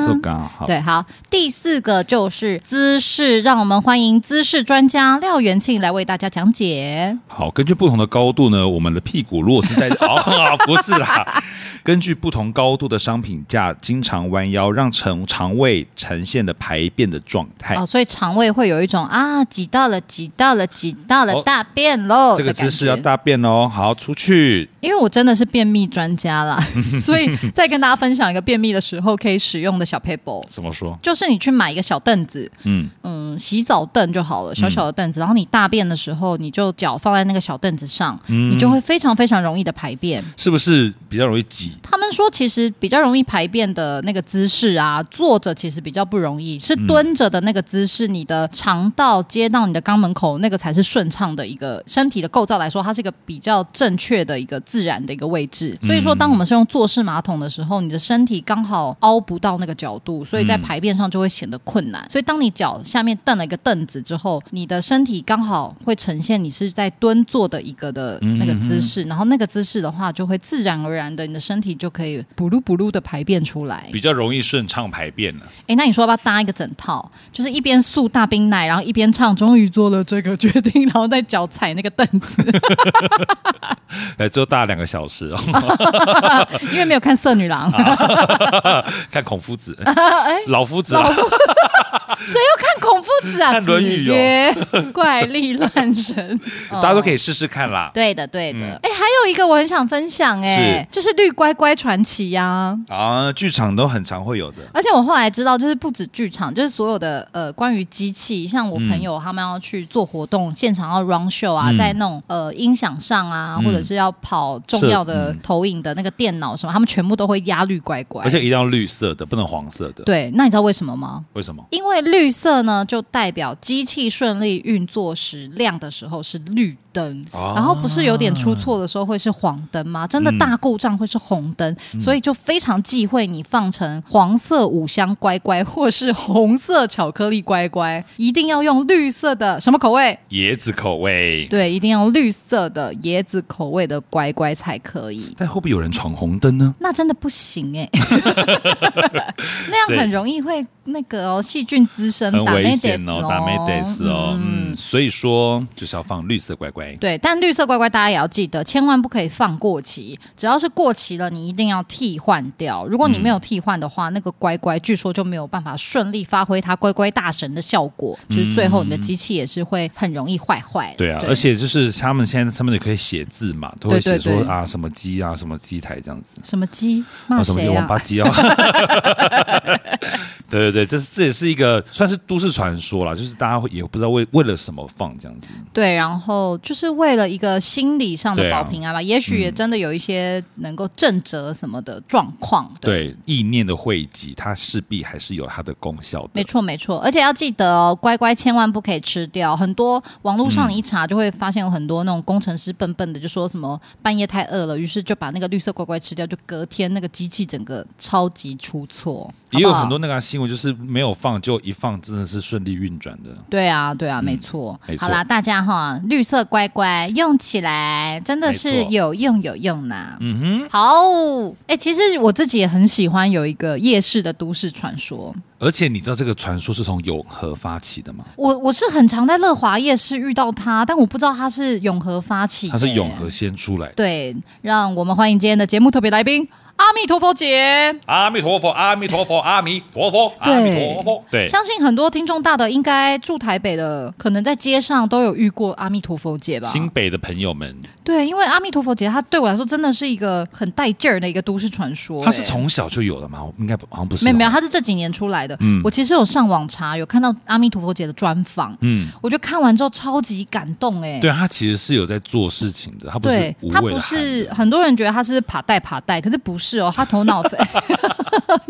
Speaker 2: so
Speaker 4: ga。
Speaker 2: ga 好。
Speaker 4: 对，好，第四个就是姿势，让我们欢迎姿势专家廖元庆来为大家讲解。
Speaker 2: 好，根据不同的高度呢，我们的屁股如果是在 哦，不是啦，根据不同高度的商品架，经常弯腰，让肠肠胃呈现的排便的状态。
Speaker 4: 哦，所以肠胃会有一种啊，挤到了，挤到了，挤到了，
Speaker 2: 哦
Speaker 4: 大便喽。
Speaker 2: 这个
Speaker 4: 的感
Speaker 2: 姿势要
Speaker 4: 觉
Speaker 2: 大便哦，好，出去。
Speaker 4: 因为我真的是便秘专 家啦，所以再跟大家分享一个便秘的时候可以使用的小 paper。
Speaker 2: 怎么说？
Speaker 4: 就是你去买一个小凳子，
Speaker 2: 嗯
Speaker 4: 嗯，洗澡凳就好了，小小的凳子。然后你大便的时候，你就脚放在那个小凳子上，你就会非常非常容易的排便。
Speaker 2: 是不是比较容易挤？
Speaker 4: 他们说，其实比较容易排便的那个姿势啊，坐着其实比较不容易，是蹲着的那个姿势，你的肠道接到你的肛门口，那个才是顺畅的一个身体的构造来说，它是一个比较正确的一个自自然的一个位置。所以说，当我们是用坐式马桶的时候，你的身体刚好凹不到那个角度，所以在排便上就会显得困难。所以当你脚下面蹬了一个凳子之后，你的身体刚好会呈现你是在蹲坐的一个的那个姿势，然后那个姿势的话，就会自然而然的你的身体就可以补噜补噜的排便出来。
Speaker 2: 比较容易顺畅排便了。
Speaker 4: 哎，那你说要不要搭一个整套？就是一边塑大冰奶，然后一边唱，终于做了这个决定，然后再脚踩那个凳子，
Speaker 2: 哎，最后大两个小时哦，
Speaker 4: 因为没有看《色女郎》
Speaker 2: 看孔夫子、
Speaker 4: 哎，
Speaker 2: 老夫子啊，
Speaker 4: 谁要看孔夫子 啊？
Speaker 2: 看论语哦
Speaker 4: 子曰怪力乱神， 哦
Speaker 2: 大家都可以嗯试试看啦。
Speaker 4: 对的，对的。哎、还有一个我很想分享、哎，就是《绿乖乖传奇、呀。
Speaker 2: 啊，剧场都很常会有的。
Speaker 4: 而且我后来知道，就是不止剧场，就是所有的呃，关于机器，像我朋友他们要去做活动，现场要 run show 啊，
Speaker 2: 嗯
Speaker 4: 在那种呃音响上啊，或者是要跑重
Speaker 2: 是嗯
Speaker 4: 要的投影的那个电脑什么，他们全部都会压绿乖乖。
Speaker 2: 而且一定要绿色的，不能黄色的。
Speaker 4: 对，那你知道为什么吗？
Speaker 2: 为什么？
Speaker 4: 因为绿色呢，就代表机器顺利运作时亮的时候是绿灯，
Speaker 2: 哦
Speaker 4: 然后不是有点出错的时候会是黄灯吗？真的大故障会是红灯，所以就非常忌讳你放成黄色五香乖乖或是红色巧克力乖乖，一定要用绿色的什么口味？
Speaker 2: 椰子口味。
Speaker 4: 对，一定要用绿色的椰子口味的乖乖才可以。
Speaker 2: 但会不会有人闯红灯呢？
Speaker 4: 那真的不 行哎、那
Speaker 2: 所以
Speaker 4: 样很容易会那个哦，细菌滋生，
Speaker 2: 很
Speaker 4: 打
Speaker 2: 危
Speaker 4: Medes
Speaker 2: 险哦，打 Medes 哦，嗯，所以说就是要放绿色乖乖。
Speaker 4: 对，但绿色乖乖大家也要记得，千万不可以放过期。只要是过期了，你一定要替换掉。如果你没有替换的话，那个乖乖据说就没有办法顺利发挥它乖乖大神的效果，就是最后你的机器也是会很容易坏坏的。
Speaker 2: 对啊，而且就是他们现在上面也可以写字嘛，都会
Speaker 4: 对
Speaker 2: 写
Speaker 4: 对
Speaker 2: 说
Speaker 4: 对
Speaker 2: 啊什么鸡啊什么机台这样子，
Speaker 4: 什么鸡骂
Speaker 2: 啊什么鸡
Speaker 4: 谁
Speaker 2: 王
Speaker 4: 啊？
Speaker 2: 八鸡 哦。对对对，这是这也是一个算是都市传说啦，就是大家会也不知道为为了什么放这样子。
Speaker 4: 对，然后就是为了一个心理上的
Speaker 2: 对啊
Speaker 4: 保平安吧，也许也真的有一些能够正折什么的状况。
Speaker 2: 对，意念的汇集，它势必还是有它的功效的。
Speaker 4: 没错，没错，而且要记得哦，乖乖千万不可以吃掉。很多网络
Speaker 2: 嗯
Speaker 4: 上你一查就会发现有很多那种工程师笨笨的，就说什么半夜太饿了，于是就把那个绿色乖乖吃掉，就隔天那个机器整个超级出错，
Speaker 2: 也有
Speaker 4: 好不好
Speaker 2: 很多。那个啊新闻，就是没有放，就一放真的是顺利运转的。
Speaker 4: 对啊，对啊，没错。
Speaker 2: 嗯没错
Speaker 4: 好啦，大家哈，绿色乖乖用起来真的
Speaker 2: 没
Speaker 4: 是
Speaker 2: 错
Speaker 4: 有用有用呐、嗯哼，好。哎、其实我自己也很喜欢有一个夜市的都市传说。
Speaker 2: 而且你知道这个传说是从永和发起的吗？
Speaker 4: 我我是很常在乐华夜市遇到他，但我不知道他是永和发起的，
Speaker 2: 它是永和先出来的。
Speaker 4: 对，让我们欢迎今天的节目特别来宾阿弥陀佛姐。
Speaker 2: 阿弥陀佛，阿弥陀佛，阿弥陀佛，阿弥陀佛。对，
Speaker 4: 相信很多听众大的应该住台北的，可能在街上都有遇过阿弥陀佛姐吧。
Speaker 2: 新北的朋友们，
Speaker 4: 对，因为阿弥陀佛姐她对我来说真的是一个很带劲儿的一个都市传说、
Speaker 2: 它是
Speaker 4: 哎
Speaker 2: 从小就有的吗？应该不好像不是。哦
Speaker 4: 没有没有，，她是这几年出来的。我其实有上网查，有看到阿弥陀佛姐的专访，
Speaker 2: 嗯，
Speaker 4: 我就看完之后超级感动哎、
Speaker 2: 对，它其实是有在做事情的，它不是
Speaker 4: 对
Speaker 2: 无
Speaker 4: 他
Speaker 2: 谓
Speaker 4: 不
Speaker 2: 的喊
Speaker 4: 是
Speaker 2: 的。
Speaker 4: 很多人觉得他是爬带爬带，可是不是哦，他 头脑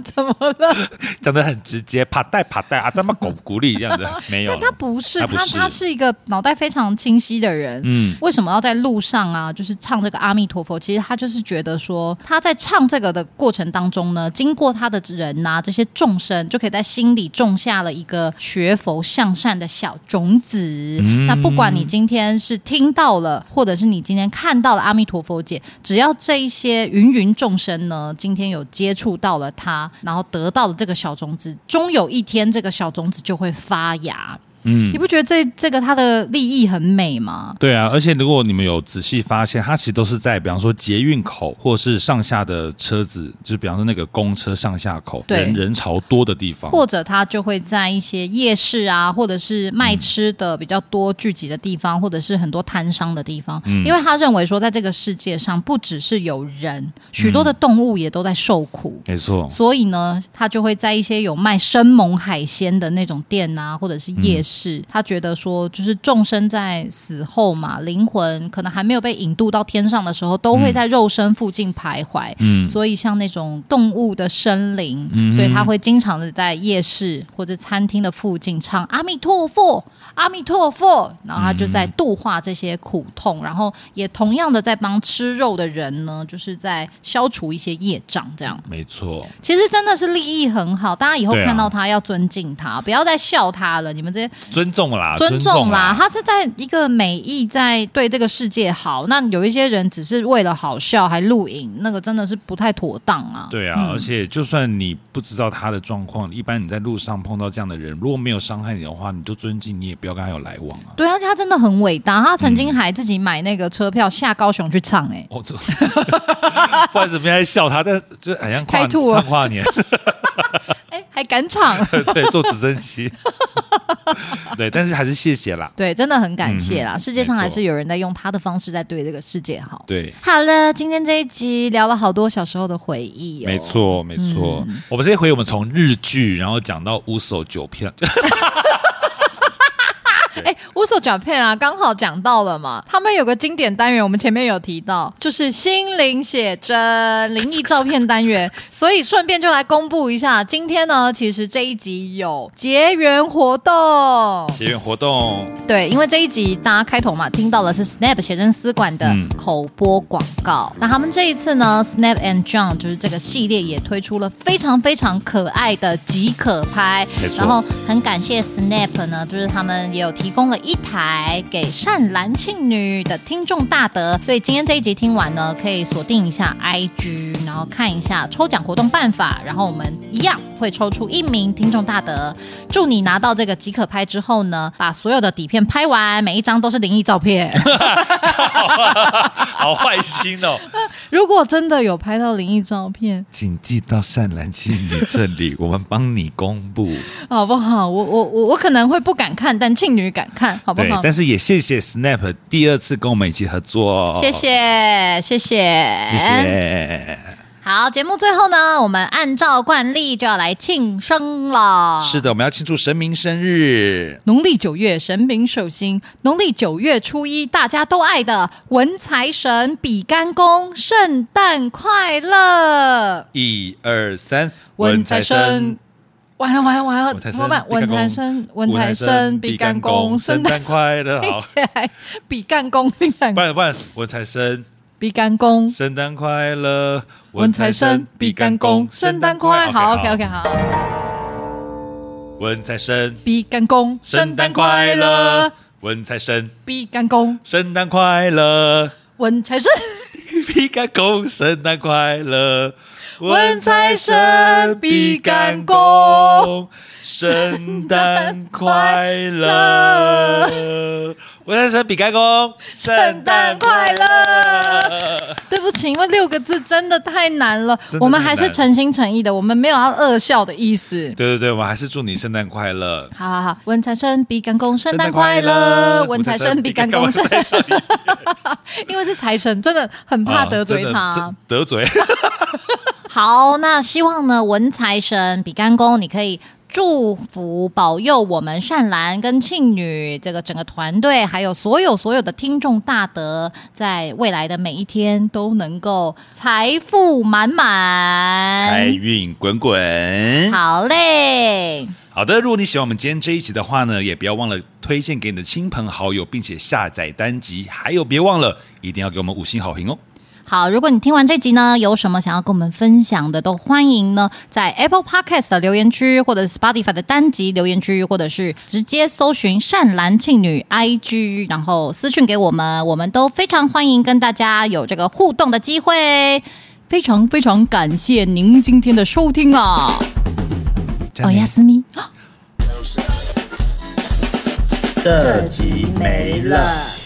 Speaker 4: 怎么了？
Speaker 2: 讲的很直接，啪带啪带啊，他妈狗鼓励这样 的，没有
Speaker 4: 但
Speaker 2: 了。
Speaker 4: 他不是，
Speaker 2: 他
Speaker 4: 他
Speaker 2: 不是
Speaker 4: 他是一个脑袋非常清晰的人。
Speaker 2: 嗯
Speaker 4: 为什么要在路上啊？就是唱这个阿弥陀佛，其实他就是觉得说，他在唱这个的过程当中呢，经过他的人呐、这些众生就可以在心里种下了一个学佛向善的小种子。
Speaker 2: 嗯
Speaker 4: 那不管你今天是听到了，或者是你今天看到了阿弥陀佛姐，只要这一些芸芸众生呢，今天有接触到了他，然后得到了这个小种子，终有一天这个小种子就会发芽。
Speaker 2: 嗯
Speaker 4: 你，不觉得这这个它的立意很美吗？
Speaker 2: 对啊，而且如果你们有仔细发现，它其实都是在比方说捷运口或是上下的车子，就是比方说那个公车上下口，
Speaker 4: 对
Speaker 2: 人人潮多的地方。
Speaker 4: 或者它就会在一些夜市啊，或者是卖吃的比较多聚集的地方，或者是很多摊商的地方，因为他认为说，在这个世界上不只是有人，许多的动物也都在受苦。
Speaker 2: 没错，
Speaker 4: 所以呢，他就会在一些有卖生猛海鲜的那种店啊，或者是夜是，他觉得说，就是众生在死后嘛，灵魂可能还没有被引渡到天上的时候，都会在肉身附近徘徊。
Speaker 2: 嗯
Speaker 4: 所以像那种动物的生灵，所以他会经常的在夜市或者餐厅的附近唱阿弥陀佛，阿弥陀佛，然后他就在度化这些苦痛，然后也同样的在帮吃肉的人呢，就是在消除一些业障，这样。
Speaker 2: 没错，
Speaker 4: 其实真的是利益很好，大家以后
Speaker 2: 对啊
Speaker 4: 看到他要尊敬他，不要再笑他了。你们这些
Speaker 2: 啊尊重啦，
Speaker 4: 尊重
Speaker 2: 重
Speaker 4: 啦，，他是在一个美意在对这个世界好。那有一些人只是为了好笑还录影，那个真的是不太妥当啊。
Speaker 2: 对啊，而且就算你不知道他的状况，一般你在路上碰到这样的人，如果没有伤害你的话，你就尊敬，你也不要跟他有来往 啊。
Speaker 4: 对，而且他真的很伟大，他曾经还自己买那个车票下高雄去唱、欸，
Speaker 2: 哦，这 不好意思，没在笑他，但哎就好像跨
Speaker 4: 开吐了
Speaker 2: 上 跨年，
Speaker 4: 哎、还敢 唱，
Speaker 2: 对，坐直升机， 对，但是还是谢谢啦。
Speaker 4: 对，真的很感谢啦。世界
Speaker 2: 嗯
Speaker 4: 上
Speaker 2: 没错
Speaker 4: 还是有人在用他的方式在对这个世界好。
Speaker 2: 对，
Speaker 4: 好了，今天这一集聊了好多小时候的回忆、哦，
Speaker 2: 没。错，没错。
Speaker 4: 嗯
Speaker 2: 我们这一回我们从日剧，然后讲到五首九片，
Speaker 4: 哎，乌索转片啊，刚好讲到了嘛，他们有个经典单元，我们前面有提到，就是心灵写真、灵异照片单元，所以顺便就来公布一下，今天呢，其实这一集有结缘活动，
Speaker 2: 结缘活动，
Speaker 4: 对，因为这一集大家开头嘛，听到的是 Snap 写真丝馆的
Speaker 2: 嗯
Speaker 4: 口播广告。那他们这一次呢，Snap and John 就是这个系列也推出了非常非常可爱的即可拍
Speaker 2: 没，错
Speaker 4: 然后很感谢 Snap 呢，就是他们也有提供了一台给善男信女的听众大德。所以今天这一集听完呢，可以锁定一下 IG，然后看一下抽奖活动办法，然后我们一样会抽出一名听众大德。祝你拿到这个即可拍之后呢，把所有的底片拍完，每一张都是灵异 照片。
Speaker 2: 好坏心哦。
Speaker 4: 如果真的有拍到灵异照片，
Speaker 2: 请寄到善兰妓女这里，我们帮你公布。
Speaker 4: 好不好？我我我我可能会不敢看，但庆女敢看，好不
Speaker 2: 对
Speaker 4: 好，？
Speaker 2: 但是也谢谢 Snap 第二次跟我们一起合作，哦
Speaker 4: 谢，谢谢谢
Speaker 2: 谢谢。
Speaker 4: 好，节目最后呢，我们按照惯例就要来庆生了。
Speaker 2: 是的，我们要庆祝神明生日，
Speaker 4: 农历九月神明寿星，农历九月初一大家都爱的文财神比干公，圣诞快乐！
Speaker 2: 一二三，
Speaker 4: 文财神，完了完了完了，
Speaker 2: 文财
Speaker 4: 怎
Speaker 2: 神
Speaker 4: 么办？文财神，文财神，比干公，
Speaker 2: 圣
Speaker 4: 圣
Speaker 2: 诞
Speaker 4: 诞
Speaker 2: 快乐！ 好，
Speaker 4: 比干公，圣诞
Speaker 2: 不然不然，文财神，
Speaker 4: 比干公，
Speaker 2: 圣诞快乐！
Speaker 4: 文财神，比干公，圣诞快乐！好，OK OK 好，
Speaker 2: 文财神，
Speaker 4: 比干公，
Speaker 2: 圣诞快乐！！文财神，
Speaker 4: 比干公，
Speaker 2: 圣诞快乐！
Speaker 4: 文财神，
Speaker 2: 比干公，圣诞快乐！
Speaker 4: 文财神比干公，
Speaker 2: 圣诞快乐！文财神比干公，圣
Speaker 4: 诞快乐！ 对不起，因为六个字真的太难了
Speaker 2: 真的，
Speaker 4: 我们
Speaker 2: 太
Speaker 4: 还是
Speaker 2: 难
Speaker 4: 诚心诚意的，我们没有要恶笑的意思。
Speaker 2: 对对对，我还是祝你圣诞快乐。
Speaker 4: 好好好，文财神比干公，圣诞
Speaker 2: 诞
Speaker 4: 快
Speaker 2: 快
Speaker 4: 乐
Speaker 2: 乐！
Speaker 4: 文财神比干公，
Speaker 2: 文
Speaker 4: 圣
Speaker 2: 财
Speaker 4: 诞， 因为是财神，真的很怕得罪他。
Speaker 2: 啊 真的真得罪。
Speaker 4: 好，那希望呢，文财神比干公，你可以。祝福保佑我们善兰跟庆女这个整个团队，还有所有所有的听众大德，在未来的每一天都能够财富满
Speaker 2: 财
Speaker 4: 满。
Speaker 2: 运滚滚。
Speaker 4: 哎好嘞，
Speaker 2: 好的，如果你喜欢我们今天这一集的话呢，也不要忘了推荐给你的亲朋好友，并且下载单集，还有别忘了一定要给我们五星好评哦。
Speaker 4: 好，如果你听完这集呢，有什么想要跟我们分享的，都欢迎呢在 Apple Podcast 的留言区，或者是 Spotify 的单集留言区，或者是直接搜寻“善兰庆女 ”IG，然后私讯给我们，我们都非常欢迎跟大家有这个互动的机会。非常非常感谢您今天的收听啊！哦，亚斯咪。
Speaker 5: 这集没了。